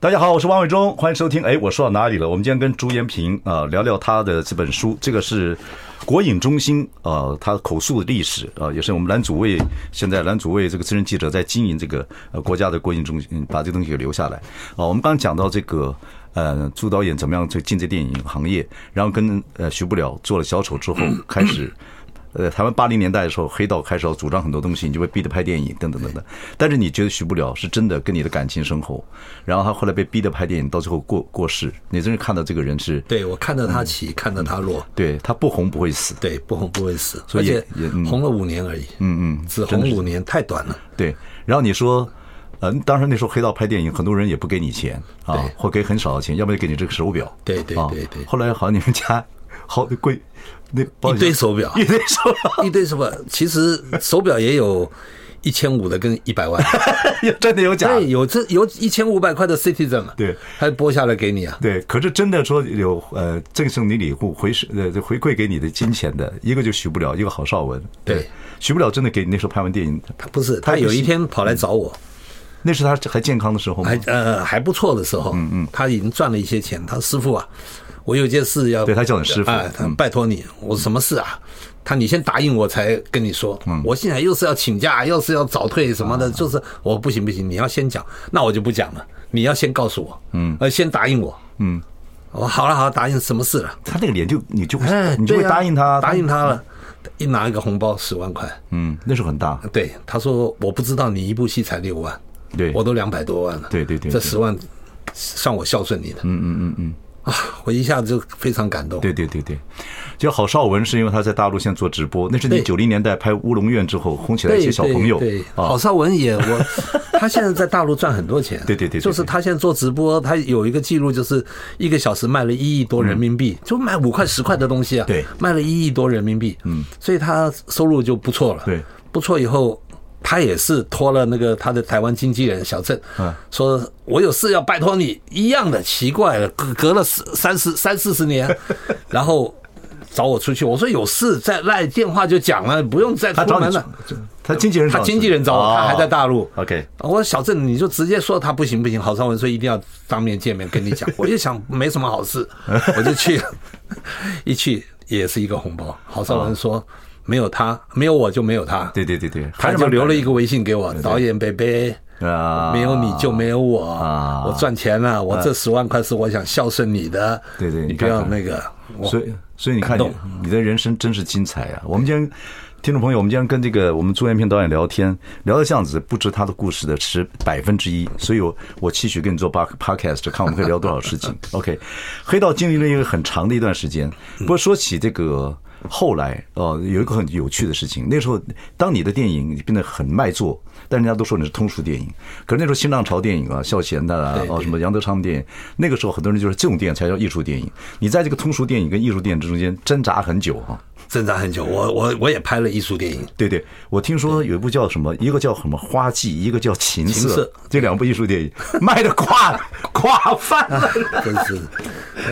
Speaker 1: 大家好，我是王伟忠，欢迎收听。哎，我说到哪里了？我们今天跟朱延平啊、呃聊聊他的这本书，这个是国影中心啊、呃他口述的历史啊、呃也是我们蓝祖卫现在蓝祖卫这个资深记者在经营这个呃国家的国影中心，嗯把这个东西给留下来啊、我们刚刚讲到这个。呃，朱导演怎么样去进这电影行业？然后跟呃徐不了做了小丑之后，开始呃，台湾八零年代的时候，黑道开始要主张很多东西，你就被逼着拍电影，等等等等。但是你觉得许不了是真的跟你的感情生活，然后他后来被逼着拍电影，到最后过过世，你真是看到这个人是
Speaker 2: 对我看着他
Speaker 1: 嗯
Speaker 2: 起，看着他落，
Speaker 1: 对他不红不会死，
Speaker 2: 对，不红不会死，
Speaker 1: 所
Speaker 2: 而
Speaker 1: 以
Speaker 2: 且
Speaker 1: 也嗯
Speaker 2: 红了五年而已，嗯嗯，只红五年太短了，
Speaker 1: 对。然后你说。嗯，当时那时候黑道拍电影，很多人也不给你钱啊
Speaker 2: 对，
Speaker 1: 或给很少的钱，要不然就给你这个手表。
Speaker 2: 对对
Speaker 1: 啊
Speaker 2: 对对
Speaker 1: 后来好像你们家 好贵，那
Speaker 2: 一堆手表，
Speaker 1: 一堆手表，
Speaker 2: 一堆什么？其实手表也有一千五的跟一 百万，
Speaker 1: 有真的有假的
Speaker 2: 对，有这有一千五百块的 Citizen 啊，
Speaker 1: 对
Speaker 2: 还拨下来给你啊，
Speaker 1: 对，可是真的说有呃赠送你礼物回呃回馈给你的金钱的，一个就许不了，一个郝邵文。
Speaker 2: 对，
Speaker 1: 许不了真的给你那时候拍完电影，
Speaker 2: 他不是，
Speaker 1: 他
Speaker 2: 他
Speaker 1: 也不
Speaker 2: 有一
Speaker 1: 信
Speaker 2: 天跑来找我，
Speaker 1: 那是他还健康的时候吗
Speaker 2: 还？呃还不错的时候，嗯嗯，他已经赚了一些钱，他说师傅啊，我有件事要
Speaker 1: 对他叫你师傅嗯
Speaker 2: 哎他拜托你，我什么事啊？他你先答应我才跟你说，
Speaker 1: 嗯
Speaker 2: 我现在又是要请假，又是要早退什么
Speaker 1: 啊
Speaker 2: 的，就是我不行不行，你要先讲，那我就不讲了，你要先告诉我，嗯，呃，先答应我，嗯，我好了好了，答应什么事了？
Speaker 1: 他那个脸就你就
Speaker 2: 哎，
Speaker 1: 你就会
Speaker 2: 对啊
Speaker 1: 答应他，
Speaker 2: 答应他了，一拿一个红包十万块，
Speaker 1: 嗯，那时候很大，
Speaker 2: 对，他说我不知道你一部戏才六万，
Speaker 1: 对
Speaker 2: 我都两百多万了，
Speaker 1: 对对对
Speaker 2: 这
Speaker 1: 对
Speaker 2: 十万算我孝顺你的，嗯嗯嗯嗯，啊，我一下子就非常感动，
Speaker 1: 对对对对。就郝邵文是因为他在大陆现在做直播，那是你
Speaker 2: 对
Speaker 1: 九零年代拍《乌龙院》之后红起来
Speaker 2: 对，
Speaker 1: 一些小朋友
Speaker 2: 对，对郝
Speaker 1: 啊，
Speaker 2: 邵文也我， 他现在在大陆赚很多钱，
Speaker 1: 对对对对
Speaker 2: 就是他现在做直播，他有一个记录，就是一个小时卖了一亿多人民币，就卖五块十块的东西啊，
Speaker 1: 嗯对
Speaker 2: 卖了一亿多人民币，嗯，所以他收入就不错了，
Speaker 1: 对，
Speaker 2: 不错以后。他也是托了那个他的台湾经纪人小郑，
Speaker 1: 嗯
Speaker 2: 说我有事要拜托你，一样的奇怪了，隔隔了四三十三四 十年，然后找我出去，我说有事再赖电话就讲了，不用再
Speaker 1: 他
Speaker 2: 出
Speaker 1: 找
Speaker 2: 门
Speaker 1: 你
Speaker 2: 了。，
Speaker 1: 他经纪人找
Speaker 2: 他
Speaker 1: 你
Speaker 2: 经纪人找我，他还在大陆
Speaker 1: 哦。OK，
Speaker 2: 我说小郑，你就直接说他不行不行，郝尚文说一定要当面见面跟你 讲。我就想没什么好事，我就去了， 一去也是一个红包。郝尚文说没有他，没有我就没有他。
Speaker 1: 哦对对对对，
Speaker 2: 他
Speaker 1: 还是
Speaker 2: 就
Speaker 1: 蛮
Speaker 2: 留了一个微信给我，导演贝贝。
Speaker 1: 啊，
Speaker 2: 没有你就没有我，
Speaker 1: 啊
Speaker 2: 我赚钱了，我这十万块是我想孝顺你的，
Speaker 1: 对对
Speaker 2: 你
Speaker 1: 你
Speaker 2: 不
Speaker 1: 看
Speaker 2: 要
Speaker 1: 看
Speaker 2: 那个，我
Speaker 1: 所以，所以你看
Speaker 2: 感
Speaker 1: 你
Speaker 2: 动，
Speaker 1: 你的人生真是精彩啊！我们今天，听众朋友，我们今天跟这个我们朱元平导演聊天，聊到这样子，不知他的故事的十百分之一，所以我我期许跟你做 pod- podcast，看我们可以聊多少事 情。OK，黑道经历了一个很长的一段时间，不过说起这个。后来，呃，有一个很有趣的事情。那时候，当你的电影变得很卖座，但人家都说你是通俗电影。可是那时候新浪潮电影啊，孝贤的啊
Speaker 2: 对，
Speaker 1: 哦什么杨德昌的电影，那个时候很多人就是这种电影才叫艺术电影。你在这个通俗电影跟艺术电影之间挣扎很久啊。
Speaker 2: 挣扎很久。我我我也拍了艺术电影，
Speaker 1: 对对，我听说有一部叫什么，一个叫什么《花季》，一个叫《琴瑟》，
Speaker 2: 琴瑟
Speaker 1: 这两部艺术电影卖的垮垮翻了。
Speaker 2: 真 是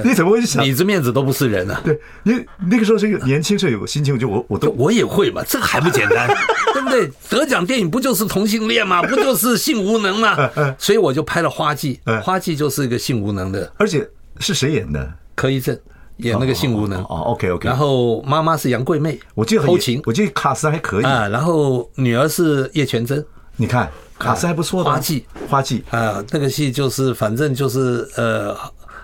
Speaker 1: 你怎么会想？
Speaker 2: 你这面子都不是人啊！
Speaker 1: 对，你那个时候这个年轻时候有个心情，就我我都
Speaker 2: 我也会嘛，这个还不简 单，对不对？得奖电影不就是同性恋吗？不就是性无能 吗？所以我就拍了《花季》，
Speaker 1: 嗯
Speaker 2: 《花季》就是一个性无能的
Speaker 1: 而且是谁演的？
Speaker 2: 柯一正演那个性无能
Speaker 1: 哦，，OK OK。
Speaker 2: 然后妈妈是杨贵妹，
Speaker 1: 我记得很
Speaker 2: 后勤
Speaker 1: 我记得卡斯还可以。
Speaker 2: 啊，然后女儿是叶全真。
Speaker 1: 你看卡斯还不错的。
Speaker 2: 花季，
Speaker 1: 花季
Speaker 2: 啊，那个戏就是反正就是呃，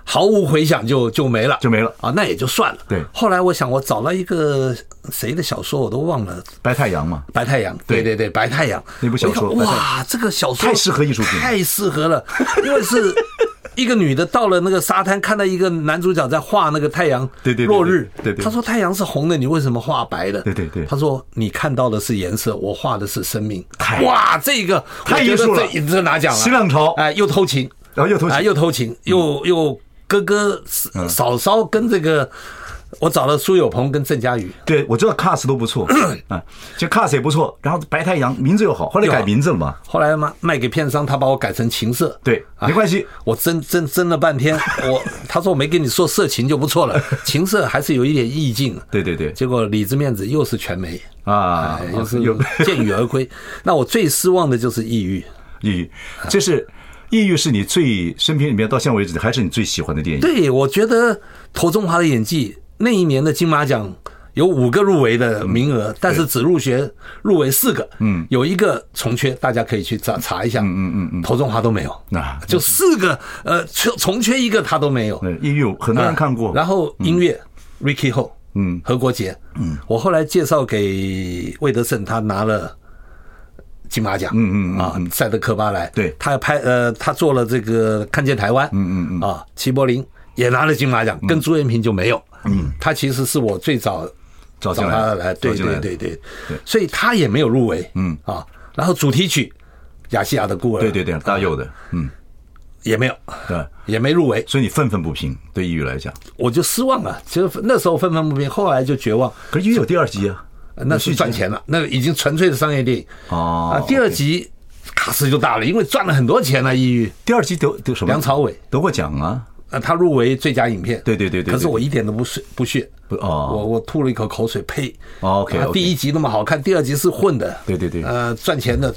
Speaker 2: 毫无回响就就没了，
Speaker 1: 就没了
Speaker 2: 啊，那也就算了。
Speaker 1: 对
Speaker 2: 后来我想我找了一个谁的小说我都忘了。
Speaker 1: 白太阳嘛。
Speaker 2: 白太阳，对
Speaker 1: 对
Speaker 2: 对对，白太阳
Speaker 1: 那部小说
Speaker 2: 我一看
Speaker 1: 白太
Speaker 2: 哇，这个小说
Speaker 1: 太适合艺术品
Speaker 2: 太适合了，因 为是一个女的到了那个沙滩，看到一个男主角在画那个太阳
Speaker 1: 对对对
Speaker 2: 落日，
Speaker 1: 对对对
Speaker 2: 他说太阳是红的，你为什么画白的？
Speaker 1: 对对对
Speaker 2: 他说你看到的是颜色，我画的是生命
Speaker 1: 太。
Speaker 2: 哇，这个
Speaker 1: 太
Speaker 2: 我觉得
Speaker 1: 艺术了
Speaker 2: 这这拿奖了，
Speaker 1: 新浪潮
Speaker 2: 哎，又偷情，
Speaker 1: 然后又偷情嗯
Speaker 2: 啊，又偷情，又又哥哥嫂嫂跟这个，我找了苏有朋跟郑嘉瑜，
Speaker 1: 对，我知道 Cars 都不错，
Speaker 2: 嗯
Speaker 1: 啊，其实 Cars 也不错。然后白太阳名字又好，后来
Speaker 2: 又好
Speaker 1: 改名字了嘛。
Speaker 2: 后来嘛卖给片商，他把我改成情色，
Speaker 1: 对
Speaker 2: 哎
Speaker 1: 没关系
Speaker 2: 我争争争了半天， 我他说我没跟你说色情就不错 了，情色还是有一点意境。
Speaker 1: 对对对，
Speaker 2: 结果里子面子又是全没
Speaker 1: 啊
Speaker 2: 哎，
Speaker 1: 有
Speaker 2: 又是
Speaker 1: 有
Speaker 2: 见羽而归。那我最失望的就是抑郁，
Speaker 1: 抑郁，
Speaker 2: 嗯
Speaker 1: 这是抑郁是你最生平里面到现在为止还是你最喜欢的电影。
Speaker 2: 对，我觉得陀中华的演技，那一年的金马奖有五个入围的名额，但是只入学入围四个，嗯，有一个重缺，大家可以去查查一下，嗯嗯嗯，陀中华都没有，
Speaker 1: 啊，
Speaker 2: 就四个，呃，缺重缺一个他都没有，
Speaker 1: 对抑郁很多人看过
Speaker 2: 啊，然后音乐、Ricky Ho，
Speaker 1: 嗯
Speaker 2: 何国杰，嗯，我后来介绍给魏德胜，他拿了。金马奖，
Speaker 1: 嗯嗯嗯
Speaker 2: 啊，赛德克巴莱，
Speaker 1: 对
Speaker 2: 他拍呃，他做了这个《看见台湾》，嗯嗯嗯，啊，齐柏林也拿了金马
Speaker 1: 嗯
Speaker 2: 奖，跟朱延平就没有，嗯，他其实是我最早
Speaker 1: 找进来
Speaker 2: 他来，对
Speaker 1: 找进来
Speaker 2: 对对对，所以他也没有入围，嗯啊，然后主题曲《亚细亚的孤儿》，
Speaker 1: 对对对，大佑的，嗯，
Speaker 2: 也没有，
Speaker 1: 对，
Speaker 2: 也没入围，
Speaker 1: 所以你愤愤不平，对抑郁来讲，
Speaker 2: 我就失望了。其实那时候愤愤不平，后来就绝望。
Speaker 1: 可是抑郁有第二集啊，
Speaker 2: 呃那是赚钱了，那已经纯粹的商业电影。
Speaker 1: 哦
Speaker 2: 啊，第二集卡斯就大了，因为赚了很多钱了。啊抑郁，
Speaker 1: 第二集得得什么？
Speaker 2: 梁朝伟
Speaker 1: 得过奖啊，
Speaker 2: 啊，他入围最佳影片。
Speaker 1: 对对对对
Speaker 2: 可是
Speaker 1: 对
Speaker 2: 我一点都不屑不屑。
Speaker 1: 不哦
Speaker 2: 我我吐了一口口水，呸。
Speaker 1: 哦，OK，
Speaker 2: 啊
Speaker 1: OK
Speaker 2: 第一集那么好看，第二集是混的。
Speaker 1: 对对对
Speaker 2: 呃，赚钱的，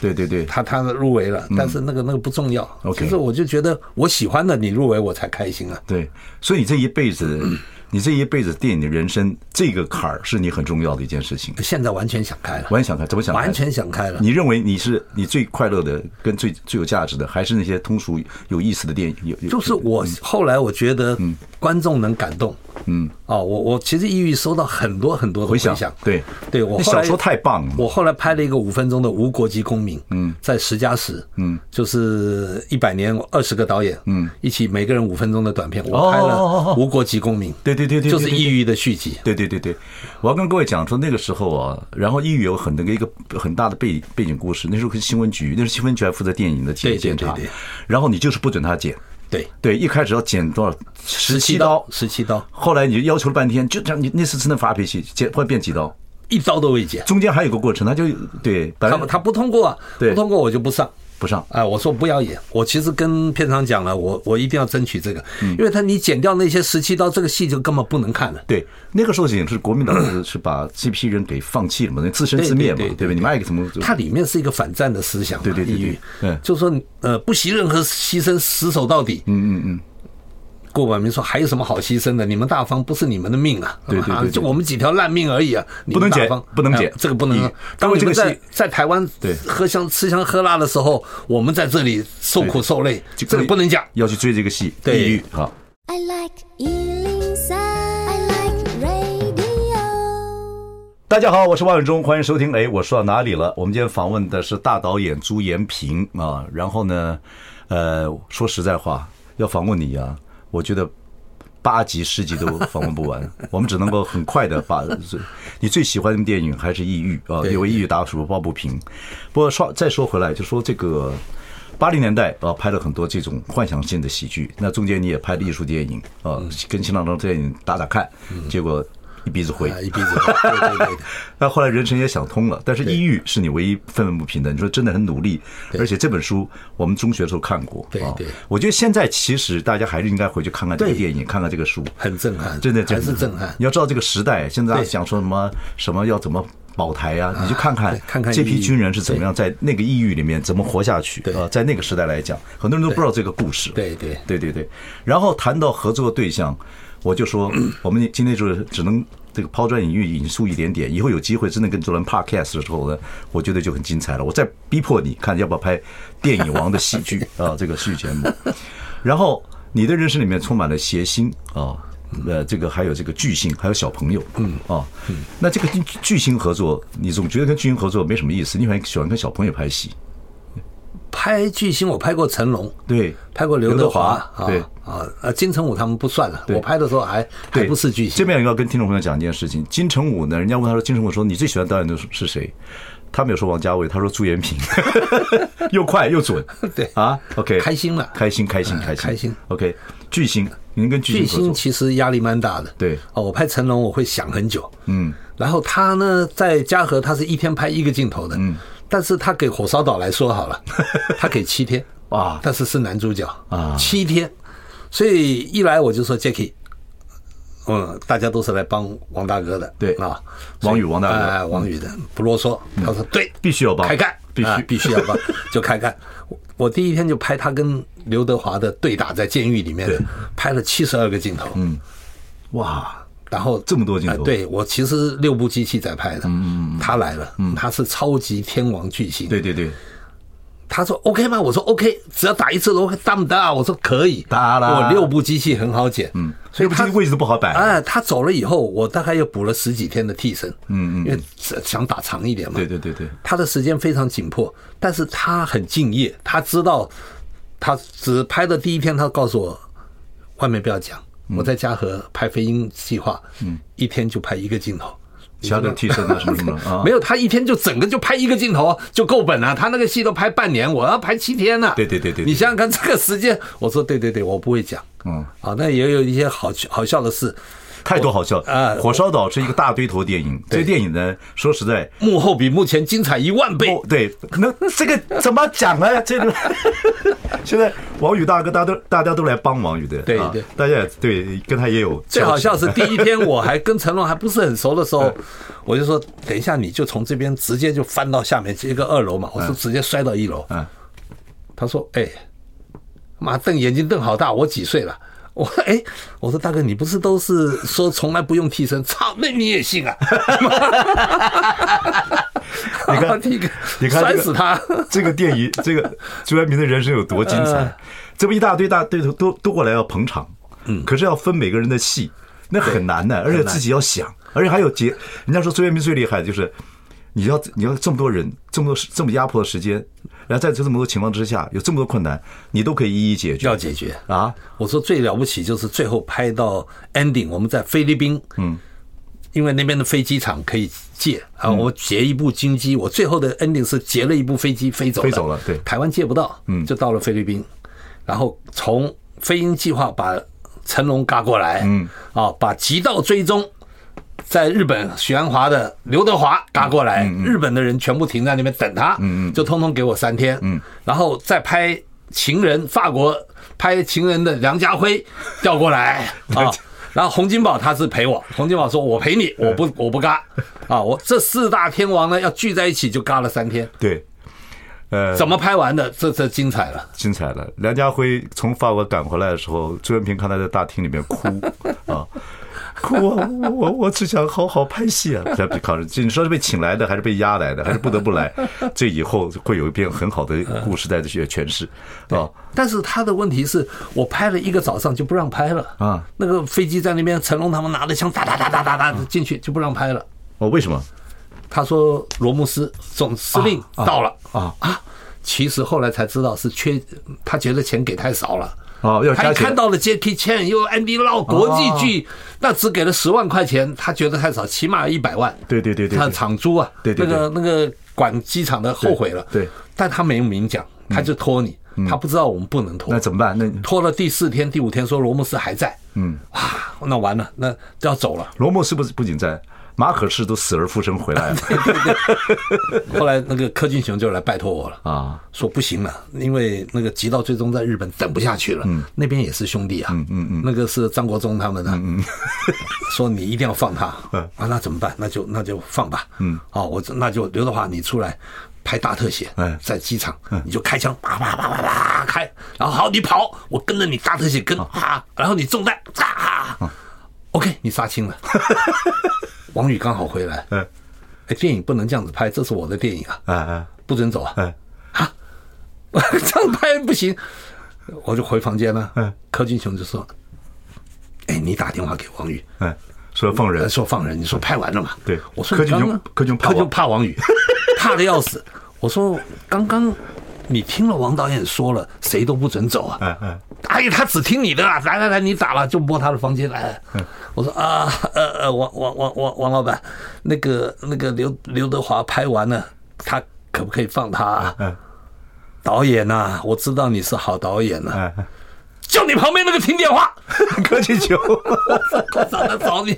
Speaker 1: 对对对，
Speaker 2: 他他入围了，但是那个那个不重要。
Speaker 1: 嗯 OK
Speaker 2: 其实我就觉得我喜欢的你入围我才开心啊。
Speaker 1: 对，所以你这一辈子， 你这一辈子电影的人生这个坎儿是你很重要的一件事情。
Speaker 2: 现在完全想开了，
Speaker 1: 完全想看，怎么想看？
Speaker 2: 完全想开了。
Speaker 1: 你认为你是你最快乐的，跟最最有价值的，还是那些通俗有意思的电影？有有
Speaker 2: 就是我后来我觉得，
Speaker 1: 嗯
Speaker 2: 观众能感动，嗯，哦，我我其实抑郁收到很多很多的
Speaker 1: 回
Speaker 2: 回
Speaker 1: 响
Speaker 2: 响，
Speaker 1: 对
Speaker 2: 对我
Speaker 1: 那
Speaker 2: 后来
Speaker 1: 小说太棒了
Speaker 2: 我后来拍了一个五分钟的《无国籍公民》，嗯，在十加十，嗯，就是一百年二十个导演，嗯，一起每个人五分钟的短片，我拍了
Speaker 1: 哦哦哦哦
Speaker 2: 《无国籍公民》，
Speaker 1: 对对对对对
Speaker 2: 就是
Speaker 1: 对
Speaker 2: 抑郁的续集，
Speaker 1: 对对对对，我要跟各位讲说那个时候啊，然后抑郁有很多一个很大的背背景故事。那时候跟新闻局，那时候新闻局还负责电影的检
Speaker 2: 对对
Speaker 1: 检查
Speaker 2: 对对，
Speaker 1: 然后你就是不准他剪，
Speaker 2: 对，
Speaker 1: 对，一开始要剪多少十七刀，
Speaker 2: 十七刀，
Speaker 1: 后来你就要求了半天，就这样，你那次真的发脾气，剪会变几刀，
Speaker 2: 一刀都未剪，
Speaker 1: 中间还有个过程，他就对，本来
Speaker 2: 他们他不通过啊，
Speaker 1: 对
Speaker 2: 不通过我就不上，
Speaker 1: 不上，
Speaker 2: 啊，我说不要演，我其实跟片场讲了，我我一定要争取这个，
Speaker 1: 嗯
Speaker 2: 因为他你剪掉那些十七刀，这个戏就根本不能看了。
Speaker 1: 对，那个时候也是国民党是是把这批人给放弃了嘛，那自生自灭嘛
Speaker 2: 对对，对
Speaker 1: 对吧？你们爱怎么？
Speaker 2: 它里面是一个反战的思想嘛，
Speaker 1: 对对对
Speaker 2: 抑郁
Speaker 1: 对嗯
Speaker 2: 就是说呃不惜任何牺牲，死守到底。嗯嗯嗯。郭婉明说：“还有什么好牺牲的？你们大方不是你们的命啊！
Speaker 1: 对对对
Speaker 2: 啊
Speaker 1: 对
Speaker 2: 就我们几条烂命而已啊！你们
Speaker 1: 不能
Speaker 2: 大
Speaker 1: 剪
Speaker 2: 方
Speaker 1: 不能
Speaker 2: 哎
Speaker 1: 剪
Speaker 2: 这个不能
Speaker 1: 抑郁
Speaker 2: 啊。当
Speaker 1: 因为这
Speaker 2: 你
Speaker 1: 个
Speaker 2: 们在
Speaker 1: 戏
Speaker 2: 在台湾
Speaker 1: 对
Speaker 2: 喝香吃香喝辣的时候，我们在这里受苦受累，
Speaker 1: 就
Speaker 2: 这个不能讲。
Speaker 1: 要去追这个戏，
Speaker 2: 对
Speaker 1: 抑郁好。
Speaker 3: I like Ealing Sound. I like radio.
Speaker 1: 大家好，我是万永忠，欢迎收听。哎，我说到哪里了？我们今天访问的是大导演朱延平啊。然后呢，呃，说实在话，要访问你啊，我觉得八集十集都访问不 完，我们只能够很快的把你最喜欢的电影还是《抑郁》啊，
Speaker 2: 对
Speaker 1: 因为《抑郁》打什么抱不平。不过说再说回来，就说这个八零年代啊，拍了很多这种幻想性的喜剧，那中间你也拍了艺术电影啊，
Speaker 2: 嗯
Speaker 1: 跟新浪潮电影打打看，结果一鼻子灰
Speaker 2: 啊，。一鼻子灰。对对对对。
Speaker 1: 那后来人生也想通了，但是
Speaker 2: 对
Speaker 1: 抑郁是你唯一愤愤不平的。你说真的很努力，而且这本书我们中学的时候看过，
Speaker 2: 对
Speaker 1: 啊
Speaker 2: 对
Speaker 1: 我觉得现在其实大家还是应该回去看看这个
Speaker 2: 对
Speaker 1: 电影，看看这个书，
Speaker 2: 很震撼，
Speaker 1: 真的
Speaker 2: 还是震撼
Speaker 1: 你。要知道这个时代，现在
Speaker 2: 对
Speaker 1: 想说什么什么要怎么保台啊，你就看看
Speaker 2: 对看看
Speaker 1: 这批
Speaker 2: 抑郁
Speaker 1: 军人是怎么样在那个抑郁里面怎么活下去
Speaker 2: 对
Speaker 1: 啊，在那个时代来讲，很多人都不知道这个故事，
Speaker 2: 对对
Speaker 1: 对对对。然后谈到合作对象，我就说
Speaker 2: 嗯
Speaker 1: 我们今天就是只能。这个抛砖引玉，引述一点点。以后有机会真的跟周兰 podcast 的时候呢，我觉得就很精彩了。我再逼迫你看要不要拍电影王的喜剧 啊，这个戏剧节目。然后你的人生里面充满了谐星啊，呃，这个还有这个巨星，还有小朋友，嗯啊，那这个巨巨星合作，你总觉得跟巨星合作没什么意思，你还喜欢跟小朋友拍戏，
Speaker 2: 拍巨星，我拍过成龙，
Speaker 1: 对，
Speaker 2: 拍过刘德华，啊
Speaker 1: 对。
Speaker 2: 啊啊，金城武他们不算了，
Speaker 1: 对
Speaker 2: 我拍的时候还还
Speaker 1: 对，
Speaker 2: 不是巨
Speaker 1: 这
Speaker 2: 星，
Speaker 1: 边要跟听众朋友讲一件事情，金城武呢，人家问他说，金城武说你最喜欢导演的是谁？他没有说王家卫，他说朱延 平，又快又准，
Speaker 2: 对
Speaker 1: 啊，OK，
Speaker 2: 开心了
Speaker 1: 开心，开心，开心，
Speaker 2: 开心
Speaker 1: ，OK，巨星，您跟巨
Speaker 2: 巨
Speaker 1: 星合
Speaker 2: 星
Speaker 1: 作，
Speaker 2: 其实压力蛮大的。
Speaker 1: 对
Speaker 2: 哦，我拍成龙我会想很久，嗯，然后他呢在嘉禾他是一天拍一个镜头的，嗯，但是他给火烧岛来说 好了，他给七天
Speaker 1: 啊
Speaker 2: 但是是男主角
Speaker 1: 啊
Speaker 2: 七天，所以一来我就说 Jacky。嗯，大家都是来帮王大哥的，
Speaker 1: 对
Speaker 2: 啊，
Speaker 1: 王宇王大哥嗯
Speaker 2: 哎王宇的不啰嗦，他说对，
Speaker 1: 必须要帮
Speaker 2: 开干，
Speaker 1: 必须
Speaker 2: 啊必须要 放，就看看。我我第一天就拍他跟刘德华的对打在监狱里面的，拍了七十二个镜头，嗯，哇。然后
Speaker 1: 这么多镜头
Speaker 2: 呃对我其实六部机器在拍的，嗯他来了，他是超级天王巨星，
Speaker 1: 对对对，
Speaker 2: 他说 OK 吗？我说 OK，只要打一次都 OK，打不打？我说可以，
Speaker 1: 打啦
Speaker 2: 我六部机器很好剪，嗯，所
Speaker 1: 要
Speaker 2: 以
Speaker 1: 不这
Speaker 2: 他
Speaker 1: 个位置不好摆。
Speaker 2: 哎，他走了以后，我大概又补了十几天的替身，嗯嗯，因为想打长一点嘛。
Speaker 1: 对对对对，
Speaker 2: 他的时间非常紧迫，但是他很敬业，他知道，他只拍的第一天，他告诉我，外面不要讲，
Speaker 1: 嗯
Speaker 2: 我在嘉禾拍飞鹰计划，嗯，一天就拍一个镜头。
Speaker 1: 其他的替身啊什 么什么啊
Speaker 2: 没，有，他一天就整个就拍一个镜头就够本了、他那个戏都拍半年，我要拍七天呢、
Speaker 1: 对对对对对
Speaker 2: 你想想看这个时间，我说对对对，我不会讲。
Speaker 1: 嗯，
Speaker 2: 好，那也有一些好好笑的事，
Speaker 1: 太多好笑
Speaker 2: 啊
Speaker 1: 火烧岛是一个大堆头电影，这
Speaker 2: 对
Speaker 1: 个电影呢，说实在，
Speaker 2: 幕后比幕前精彩一万倍。
Speaker 1: 哦，对，那这个怎么讲呢？ 这个现在王宇大哥，大家都大家都来帮王宇的，
Speaker 2: 对
Speaker 1: 啊
Speaker 2: 对
Speaker 1: 大家也对跟他也有
Speaker 2: 最好
Speaker 1: 交
Speaker 2: 笑
Speaker 1: 集
Speaker 2: 是第一天我还跟成龙还不是很熟 的时
Speaker 1: 嗯
Speaker 2: 候，我就说等一下你就从这边直接就翻到下面一个二楼嘛，我说直接摔到一楼。
Speaker 1: 嗯
Speaker 2: 他说哎，妈瞪眼睛瞪好大，我几岁了？ 我说哎，我说大哥，你不是都是说从来不用替身？操，那你也信啊？
Speaker 1: 你看
Speaker 2: 第一个
Speaker 1: 你看这
Speaker 2: 摔
Speaker 1: 个
Speaker 2: 死他！
Speaker 1: 这个电影，这个朱元明的人生有多精彩
Speaker 2: 呃？
Speaker 1: 这么一大堆大堆头都都过来要捧场，嗯，可是要分每个人的戏，那很难的，而且自己要想，而且还有节。人家说朱元明最厉害的就是，你要你要这么多人，这么多这么压迫的时间，然后在这么多情况之下，有这么多困难，你都可以一一解决
Speaker 2: 要解决
Speaker 1: 啊！
Speaker 2: 我说最了不起就是最后拍到 ending，我们在菲律宾，嗯，因为那边的飞机场可以借啊，
Speaker 1: 嗯
Speaker 2: 我劫一部军机，我最后的 ending 是劫了一部飞机飞走了，
Speaker 1: 飞走了对
Speaker 2: 台湾借不到，嗯，就到了菲律宾，然后从飞鹰计划把成龙嘎过来，嗯，啊，把极道追踪。在日本许鞍华的刘德华嘎过来，日本的人全部停在那边等他，就通通给我三天，然后再拍情人，法国拍情人的梁家辉 调过来啊。然后洪金宝他是陪我，洪金宝说：“我陪你，我不我不嘎啊！我这四大天王呢要聚在一起就嘎了三天，
Speaker 1: 对，呃，
Speaker 2: 怎么拍完的？这这精彩了。
Speaker 1: 精彩了。梁家辉从法国赶回来的时候，朱元平看他在大厅里面哭啊，哭啊！我我我只想好好拍戏啊！他比康，你说是被请来的，还是被压来的，还是不得不来？这以后会有一篇很好的故事在这些诠释啊。
Speaker 2: 但是他的问题是我拍了一个早上就不让拍了
Speaker 1: 啊！
Speaker 2: 那个飞机在那边，成龙他们拿着枪哒哒哒哒哒哒进去就不让拍了。
Speaker 1: 哦，为什么？
Speaker 2: 他说罗姆斯总司令到了
Speaker 1: 啊
Speaker 2: 啊！其实后来才知道是缺，他觉得钱给太少了。
Speaker 1: 哦，要
Speaker 2: 他
Speaker 1: 加
Speaker 2: 一看
Speaker 1: 钱。哦
Speaker 2: 到了 Jackie Chan 又 Andy Lau 国际剧，那只给了十万块钱，他觉得太少，起码一百万。
Speaker 1: 对对对对对
Speaker 2: 他场租啊，
Speaker 1: 对对对
Speaker 2: 那个那个管机场的后悔了。
Speaker 1: 对对
Speaker 2: 但他没有明讲，他就拖你，他不知道我们不能拖
Speaker 1: 那。怎么办？那
Speaker 2: 拖了第四天、第五天，说罗姆斯还在，嗯，哇，那完了，那要走了。
Speaker 1: 罗默是不是不仅在马可仕都死而复生回来了
Speaker 2: 后来那个柯俊雄就来拜托我了，
Speaker 1: 啊？
Speaker 2: 说不行了，因为那个极道最终在日本等不下去了，那边也是兄弟啊，嗯嗯，那个是张国忠他们的，嗯 说你一定要放他，啊，那怎么办？那就那就放吧，嗯，哦，我这那就刘德华你出来拍大特写，
Speaker 1: 哎
Speaker 2: 在机场你就开枪，啪啪啪啪啪开，然后好你跑，我跟着你大特写跟啊，然后你中弹啊，OK 你杀 青了，王宇刚好回来，
Speaker 1: 嗯，
Speaker 2: 哎，电影不能这样子拍，这是我的电影啊，
Speaker 1: 哎哎
Speaker 2: 不准走啊，
Speaker 1: 哎，
Speaker 2: 这样拍不行，我就回房间了。
Speaker 1: 嗯
Speaker 2: 柯俊雄就说：“哎，你打电话给王宇，
Speaker 1: 哎，说放人
Speaker 2: 呃，说放人，你说拍完了嘛？”
Speaker 1: 对
Speaker 2: 我说
Speaker 1: 柯
Speaker 2: 你
Speaker 1: 俊雄
Speaker 2: 刚刚
Speaker 1: 柯俊雄怕
Speaker 2: 柯俊
Speaker 1: 王
Speaker 2: 雄怕王宇， 怕的要死。我说刚刚你听了王导演说了，谁都不准走啊。
Speaker 1: 哎哎
Speaker 2: 哎呀，他只听你的啦！来来来，你打了就摸他的房间来。
Speaker 1: 嗯
Speaker 2: 我说啊，呃呃，王王王王王老板，那个那个刘刘德华拍完了，他可不可以放他、啊？
Speaker 1: 嗯
Speaker 2: 导演呐、我知道你是好导演呐、
Speaker 1: 哎，哎
Speaker 2: 叫你旁边那个听电话，
Speaker 1: 柯俊雄。
Speaker 2: 我上来找你。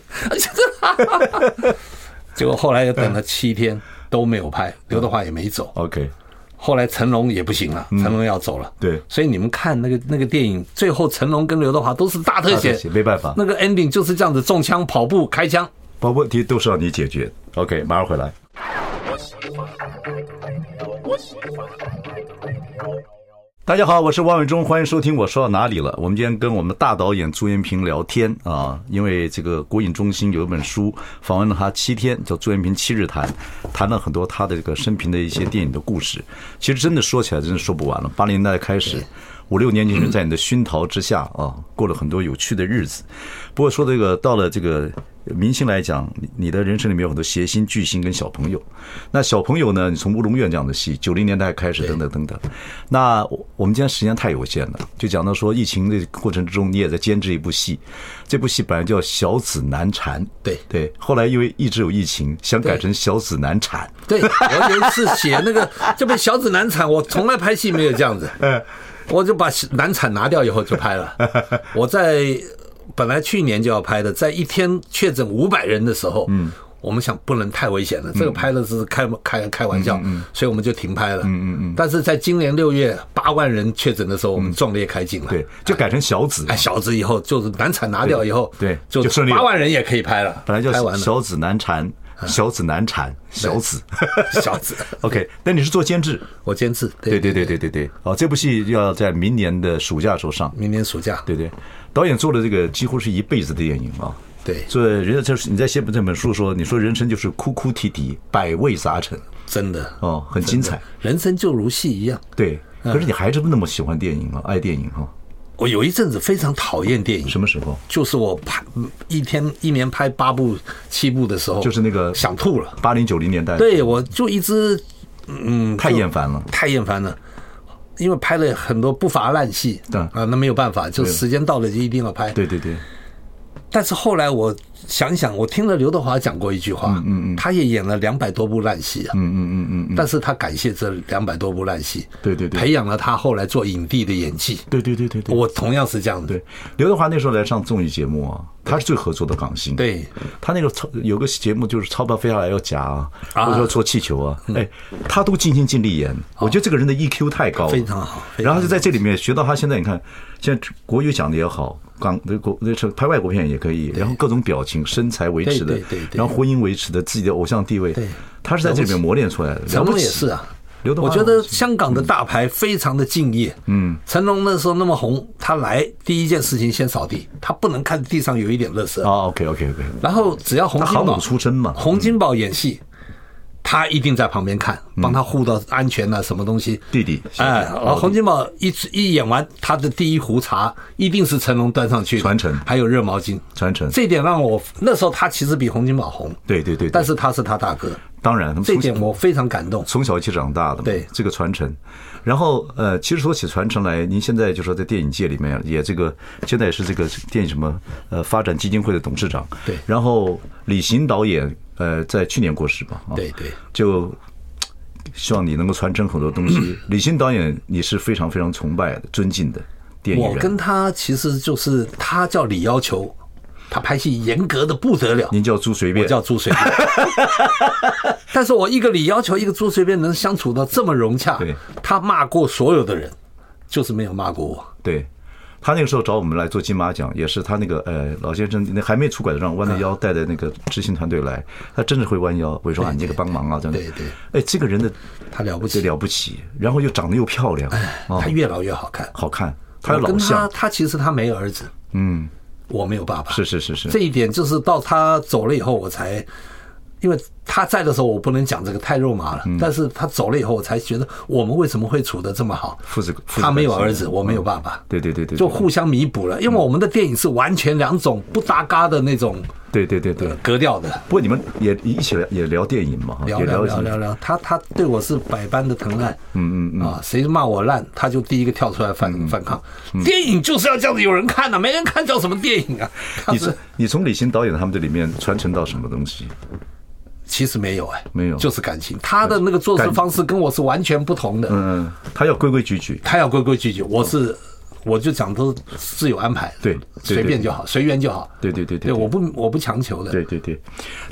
Speaker 2: 结果后来又等了七天都没有拍，刘德华也没走。
Speaker 1: OK，
Speaker 2: 后来成龙也不行了，成龙要走了。
Speaker 1: 嗯对
Speaker 2: 所以你们看那个那个电影，最后成龙跟刘德华都是大特
Speaker 1: 大特
Speaker 2: 写
Speaker 1: 写，没办法
Speaker 2: 那个 ending 就是这样子，中枪、跑步、开枪。
Speaker 1: 把问题都是要你解决。OK，马上回来。大家好，我是王伟忠，欢迎收听。我说到哪里了？我们今天跟我们的大导演朱延平聊天啊，因为这个国影中心有一本书访问了他七天，叫《朱延平七日谈》，谈了很多他的这个生平的一些电影的故事。其实真的说起来，真是说不完了。八零年代开始，五六年级人在你的熏陶之下
Speaker 2: 嗯
Speaker 1: 啊，过了很多有趣的日子。不过说这个到了这个明星来讲，你你的人生里面有很多谐星、巨星跟小朋友。那小朋友呢？你从《乌龙院》这样的戏，九零年代开始，等等等等。那我我们今天时间太有限了，就讲到说疫情的过程之中，你也在监制一部戏，这部戏本来叫《小子难缠》，
Speaker 2: 对
Speaker 1: 对，后来因为一直有疫情，想改成《小子难缠
Speaker 2: 对，我有一次写那个就被小指难产，我从来拍戏没有这样子，
Speaker 1: 嗯
Speaker 2: 我就把难产拿掉以后就拍了。我在本来去年就要拍的，在一天确诊五百人的时候，嗯，我们想不能太危险了，
Speaker 1: 嗯
Speaker 2: 这个拍的是开开开玩笑，所以我们就停拍了。嗯嗯嗯。但是在今年六月八万人确诊的时候，我们壮烈开进》，了。
Speaker 1: 嗯对，就改成《小子》
Speaker 2: 哎，，小子以后就是难产拿掉以后，
Speaker 1: 对对
Speaker 2: 就
Speaker 1: 就顺利了
Speaker 2: 八万人也可以拍了。
Speaker 1: 本来叫
Speaker 2: 拍完
Speaker 1: 《
Speaker 2: 了，嗯
Speaker 1: 小子难缠》，小子难缠，小子。
Speaker 2: 小子，
Speaker 1: OK，那你是做监制？
Speaker 2: 我监制，
Speaker 1: 对对对对对对。哦，这部戏要在明年的暑假时候上。
Speaker 2: 明年暑假，
Speaker 1: 对对，导演做了这个几乎是一辈子的电影啊。
Speaker 2: 对
Speaker 1: 所以人家就是你在写本这本书说，你说人生就是哭哭啼啼，百味杂陈
Speaker 2: 真的
Speaker 1: 哦，很精彩。
Speaker 2: 人生就如戏一样。
Speaker 1: 对，可是你还是那么喜欢电影啊，爱电影哈、
Speaker 2: 我有一阵子非常讨厌电影，
Speaker 1: 什么时候？
Speaker 2: 就是我拍一天一年拍八部七部的时候，
Speaker 1: 就是那个
Speaker 2: 想吐了。
Speaker 1: 八零九零年代，，
Speaker 2: 对，我就一直嗯，
Speaker 1: 太
Speaker 2: 就
Speaker 1: 厌烦了。
Speaker 2: 太厌烦了，因为拍了很多不乏烂戏，
Speaker 1: 对
Speaker 2: 啊，那没有办法，就
Speaker 1: 对
Speaker 2: 时间到了就一定要拍。
Speaker 1: 对对对，
Speaker 2: 但是后来我想一想，我听了刘德华讲过一句话，嗯嗯，他也演了两百多部烂戏啊，嗯嗯嗯嗯，但是他感谢这两百多部烂戏，
Speaker 1: 对对对
Speaker 2: 培养了他后来做影帝的演技。
Speaker 1: 对对对对对。
Speaker 2: 我同样是这样的，
Speaker 1: 对，刘德华那时候来上综艺节目啊，他是最合作的港星。
Speaker 2: 对，
Speaker 1: 他那个超有个节目就是钞票飞下来要夹啊，
Speaker 2: 啊嗯哦
Speaker 1: 或者说搓气球啊，哎，他都尽心尽力演。我觉得这个人的 EQ 太高了，
Speaker 2: 非常好非常
Speaker 1: 然后就在这里面学到他现在，你看，现在国语讲的也好，港那国那是拍外国片也可以，然后各种表情、身材维持的
Speaker 2: 对对对，对
Speaker 1: 然后婚姻维持的自己的偶像地位
Speaker 2: 对，
Speaker 1: 他是在这里面磨练出来的。
Speaker 2: 成
Speaker 1: 了不
Speaker 2: 龙
Speaker 1: 起
Speaker 2: 也是，啊。
Speaker 1: 刘德华
Speaker 2: 我觉得香港的大牌非常的敬业。嗯，成龙那时候那么红，他来第一件事情先扫地，他不能看地上有一点垃圾。
Speaker 1: 啊，OK OK OK，
Speaker 2: 然后只要洪
Speaker 1: 他
Speaker 2: 金
Speaker 1: 航
Speaker 2: 宝
Speaker 1: 母出身嘛，嗯
Speaker 2: 洪金宝演戏，他一定在旁边看，帮他护到安全啊，什么东西。
Speaker 1: 嗯弟弟
Speaker 2: 哎，然后洪金宝一一演完，他的第一壶茶一定是成龙端上去的
Speaker 1: 传承嗯
Speaker 2: 还有热毛巾。
Speaker 1: 传承，
Speaker 2: 这点让我那时候他其实比洪金宝红，
Speaker 1: 对对对，对
Speaker 2: 但是他是他大哥，
Speaker 1: 当然，他们
Speaker 2: 这
Speaker 1: 从小
Speaker 2: 点我非常感动。
Speaker 1: 从小一起长大的嘛，
Speaker 2: 对
Speaker 1: 这个传承。然后呃，其实说起传承来，您现在就说在电影界里面也这个，现在也是这个电影什么呃发展基金会的董事长，
Speaker 2: 对
Speaker 1: 然后李行导演呃在去年过世嘛，啊
Speaker 2: 对对，
Speaker 1: 就嘖希望你能够传承很多东 西。李行导演你是非常非常崇拜的、尊敬的电影
Speaker 2: 我
Speaker 1: 人，
Speaker 2: 跟他其实就是他叫李要求，他拍戏严格的不得了，
Speaker 1: 您叫朱随便，
Speaker 2: 我叫 朱随便。但是我一个李要求，一个朱随便能相处到这么融洽
Speaker 1: 对，
Speaker 2: 他骂过所有的人，就是没有骂过我。
Speaker 1: 对。他那个时候找我们来做金马奖，也是他那个呃老先生那还没出拐杖，弯着腰带着那个执行团队来，他真是会弯腰。我说啊，你这个帮忙啊，真的。
Speaker 2: 对对
Speaker 1: 哎，这个人的
Speaker 2: 他了不
Speaker 1: 这
Speaker 2: 起，
Speaker 1: 了不起，然后又长得又漂亮，啊
Speaker 2: 他，越老越好看。
Speaker 1: 好看，他
Speaker 2: 我
Speaker 1: 老
Speaker 2: 跟他，
Speaker 1: 相，
Speaker 2: 他其实他没有儿子，嗯，我没有爸爸，
Speaker 1: 是是是是
Speaker 2: 这一点就是到他走了以后，我才，因为他在的时候我不能讲这个太肉麻了，
Speaker 1: 嗯
Speaker 2: 但是他走了以后，我才觉得我们为什么会处得这么好？
Speaker 1: 父子父子
Speaker 2: 他没有
Speaker 1: 感情
Speaker 2: 儿子，我没有爸爸，
Speaker 1: 嗯对对对对，
Speaker 2: 就互相弥补了。因为我们的电影是完全两种不搭嘎的那种
Speaker 1: 对对对对。
Speaker 2: 格调的，
Speaker 1: 不过你们也一起来也聊电影嘛，哈
Speaker 2: 聊
Speaker 1: 也
Speaker 2: 聊
Speaker 1: 一些
Speaker 2: 聊聊聊，他他对我是百般的疼爱，嗯嗯啊，谁骂我烂，他就第一个跳出来反
Speaker 1: 嗯
Speaker 2: 反抗。电影就是要这样子，有人看呐、啊没人看叫什么电影啊？他
Speaker 1: 你
Speaker 2: 是
Speaker 1: 从你从李行导演他们这里面传承到什么东西？
Speaker 2: 其实没有哎，
Speaker 1: 没有
Speaker 2: 就是感情。他的那个做事
Speaker 1: 感
Speaker 2: 方式跟我是完全不同的，
Speaker 1: 嗯嗯，他要规规矩矩，
Speaker 2: 他要规规矩矩，我是我就讲都自有安排，
Speaker 1: 对对对
Speaker 2: 随便就好，随缘就好。
Speaker 1: 对对对对
Speaker 2: 对，我不我不强求的。
Speaker 1: 对对对，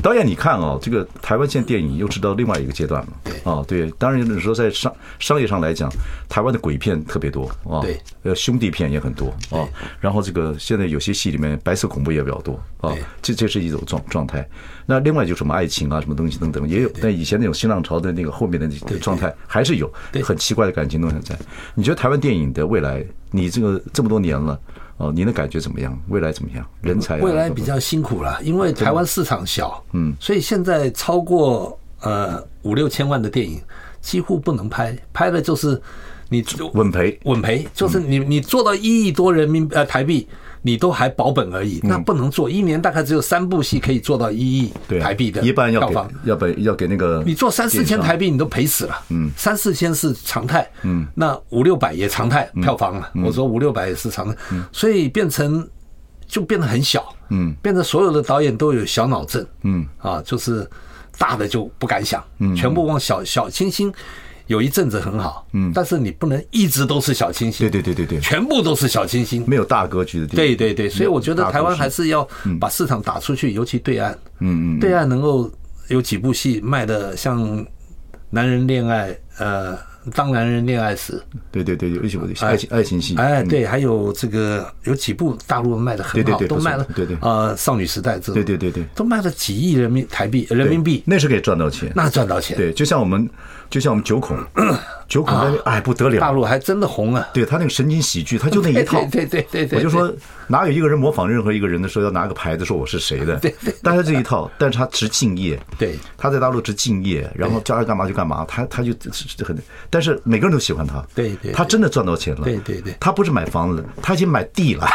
Speaker 1: 导演，你看啊、这个台湾现在电影又知道另外一个阶段了。
Speaker 2: 对
Speaker 1: 啊，对，当然你说在商商业上来讲，台湾的鬼片特别多啊，
Speaker 2: 对，
Speaker 1: 呃，兄弟片也很多啊，然后这个现在有些戏里面白色恐怖也比较多啊
Speaker 2: 对，
Speaker 1: 这这是一种状状态。那另外就是什么爱情啊，什么东西等等也有，但以前那种新浪潮的那个后面的那个状态还是有，
Speaker 2: 对
Speaker 1: 很奇怪的感情东西在。你觉得台湾电影的未来，你这个这么多年了？哦，您的感觉怎么样？未来怎么样？人才啊
Speaker 2: 未来
Speaker 1: 等
Speaker 2: 比
Speaker 1: 等
Speaker 2: 较辛苦了，因为台湾市场小，嗯，所以现在超过呃五六千万的电影几乎不能拍，拍了就是你
Speaker 1: 稳赔
Speaker 2: 稳赔，就是你
Speaker 1: 嗯
Speaker 2: 你做到一亿多人民呃台币，你都还保本而已，
Speaker 1: 嗯
Speaker 2: 那不能做，一年大概只有三部戏可以做到一亿
Speaker 1: 对啊
Speaker 2: 台币的
Speaker 1: 一般要
Speaker 2: 票
Speaker 1: 给
Speaker 2: 房。
Speaker 1: 要给要给那个
Speaker 2: 你做三四千
Speaker 1: 电商
Speaker 2: 台币，你都赔死了。嗯，三四千是常态。嗯，那五六百也常态
Speaker 1: 嗯
Speaker 2: 票房了。我说五六百也是常态，所以变成就变得很小。嗯，变得所有的导演都有小脑症。嗯，啊，就是大的就不敢想，
Speaker 1: 嗯
Speaker 2: 全部往小小清新。有一阵子很好，嗯，但是你不能一直都是小清新，
Speaker 1: 对对对对对
Speaker 2: 全部都是小清新，
Speaker 1: 没有大格局的地方，
Speaker 2: 对对对，所以我觉得
Speaker 1: 嗯大嗯
Speaker 2: 台湾
Speaker 1: 公司
Speaker 2: 还是要把市场打出去，尤其对岸，嗯嗯，对岸能够有几部戏卖的像《男人恋爱》呃，《当男人恋爱时
Speaker 1: 对对对，尤其我的爱情爱情戏》，，嗯
Speaker 2: 哎，对，还有这个有几部大陆卖的很好，
Speaker 1: 对对对
Speaker 2: 都
Speaker 1: 不错
Speaker 2: 卖了，
Speaker 1: 对对
Speaker 2: 呃，《少女时代》这种，
Speaker 1: 对对对对
Speaker 2: 都卖了几亿人民台币人
Speaker 1: 对
Speaker 2: 民币，
Speaker 1: 那是可以赚到钱，
Speaker 2: 那赚到钱，
Speaker 1: 对，就像我们就像我们九孔，九孔在那哎不得
Speaker 2: 啊大
Speaker 1: 了，
Speaker 2: 陆还真的红啊，
Speaker 1: 对他那个神经喜剧，他就那一套，
Speaker 2: 对对对对对，
Speaker 1: 我就说哪有一个人模仿任何一个人的时候要拿个牌子说我是谁 的，对对，但他这一套，但是他执敬业，
Speaker 2: 对
Speaker 1: 他在大陆执敬业，然后叫他干嘛就干嘛，他他就是很，但是每个人都喜欢他，
Speaker 2: 对对对
Speaker 1: 他真的赚到钱了，
Speaker 2: 对对对啊
Speaker 1: 他不是买房子，他已经买地 了，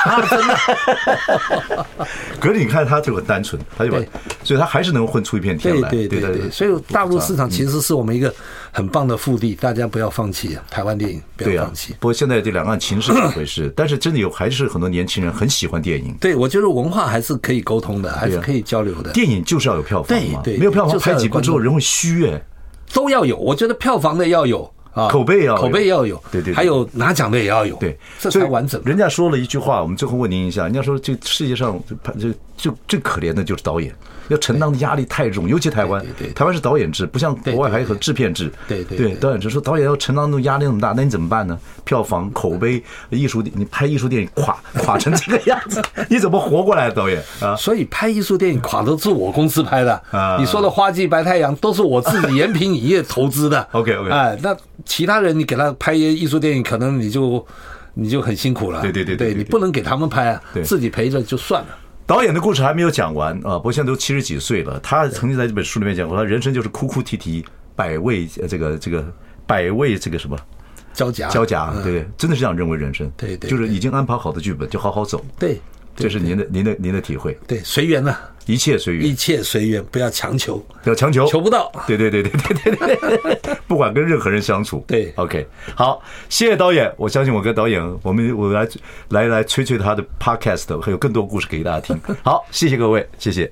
Speaker 1: 可是你看他就很单纯，他就把
Speaker 2: 对
Speaker 1: 所以他还是能混出一片天来，
Speaker 2: 对对
Speaker 1: 对
Speaker 2: 对对，所以大陆市场其实是我们一个很棒的腹地，大家不要放弃啊！台湾电影不
Speaker 1: 对
Speaker 2: 要
Speaker 1: 啊
Speaker 2: 放弃。，
Speaker 1: 不过现在这两岸情势怎么回事？但是真的有还是很多年轻人很喜欢电影，
Speaker 2: 对，我觉得文化还是可以沟通的，还是
Speaker 1: 啊
Speaker 2: 可以交流的，
Speaker 1: 电影就是要有票房
Speaker 2: 对
Speaker 1: 嘛，
Speaker 2: 对
Speaker 1: 没有票房
Speaker 2: 就是要
Speaker 1: 拍
Speaker 2: 有
Speaker 1: 几部
Speaker 2: 观
Speaker 1: 之后
Speaker 2: 众
Speaker 1: 人会虚哎，
Speaker 2: 都要有。我觉得票房的要有啊，
Speaker 1: 口碑要有
Speaker 2: 口碑要有，
Speaker 1: 对对对
Speaker 2: 还有拿奖的也要有，
Speaker 1: 对，
Speaker 2: 这
Speaker 1: 所以
Speaker 2: 才完整。
Speaker 1: 人家说了一句话，我们最后问您一下，人家说这世界上就拍就就最可怜的就是导演，要承担的压力太重，尤其台湾
Speaker 2: 对对对，
Speaker 1: 台湾是导演制，不像国外还有制片制，
Speaker 2: 对对对
Speaker 1: 对，导演制说导演要承担的压力那么大，那你怎么办呢？票房、口碑、艺术，你拍艺术电影垮垮成这个样子， 你怎么活过来，导演啊？
Speaker 2: 所以拍艺术电影垮都是我公司拍的
Speaker 1: 啊，
Speaker 2: 你说的《花季白太阳》都是我自己延平影业投资的。
Speaker 1: OK，OK
Speaker 2: 哎，那其他人你给他拍艺术电影，可能你就你就很辛苦了。
Speaker 1: 对对对对
Speaker 2: 对，
Speaker 1: 对
Speaker 2: 你不能给他们拍啊
Speaker 1: 对，
Speaker 2: 自己陪着就算了。
Speaker 1: 导演的故事还没有讲完啊，不过现在都七十几岁了。他曾经在这本书里面讲过，他人生就是哭哭啼啼，百味呃这个这个百味这个什么
Speaker 2: 交夹，
Speaker 1: 交夹，
Speaker 2: 嗯
Speaker 1: 对不对？真的是这样认为人生，
Speaker 2: 对对
Speaker 1: 就是已经安排好的剧本，就好好走。
Speaker 2: 对
Speaker 1: 这是您的您的您的体会，
Speaker 2: 对，随缘呐，
Speaker 1: 一切随
Speaker 2: 一
Speaker 1: 缘，
Speaker 2: 切随缘，不要强求，
Speaker 1: 不要强求，
Speaker 2: 求不到。
Speaker 1: 对对对对对对对对，不管跟任何人相处，
Speaker 2: 对
Speaker 1: ，OK，好，谢谢导演，我相信我跟导演，我们我来来来吹吹他的 Podcast，还有更多故事给大家听。好，谢谢各位，谢谢。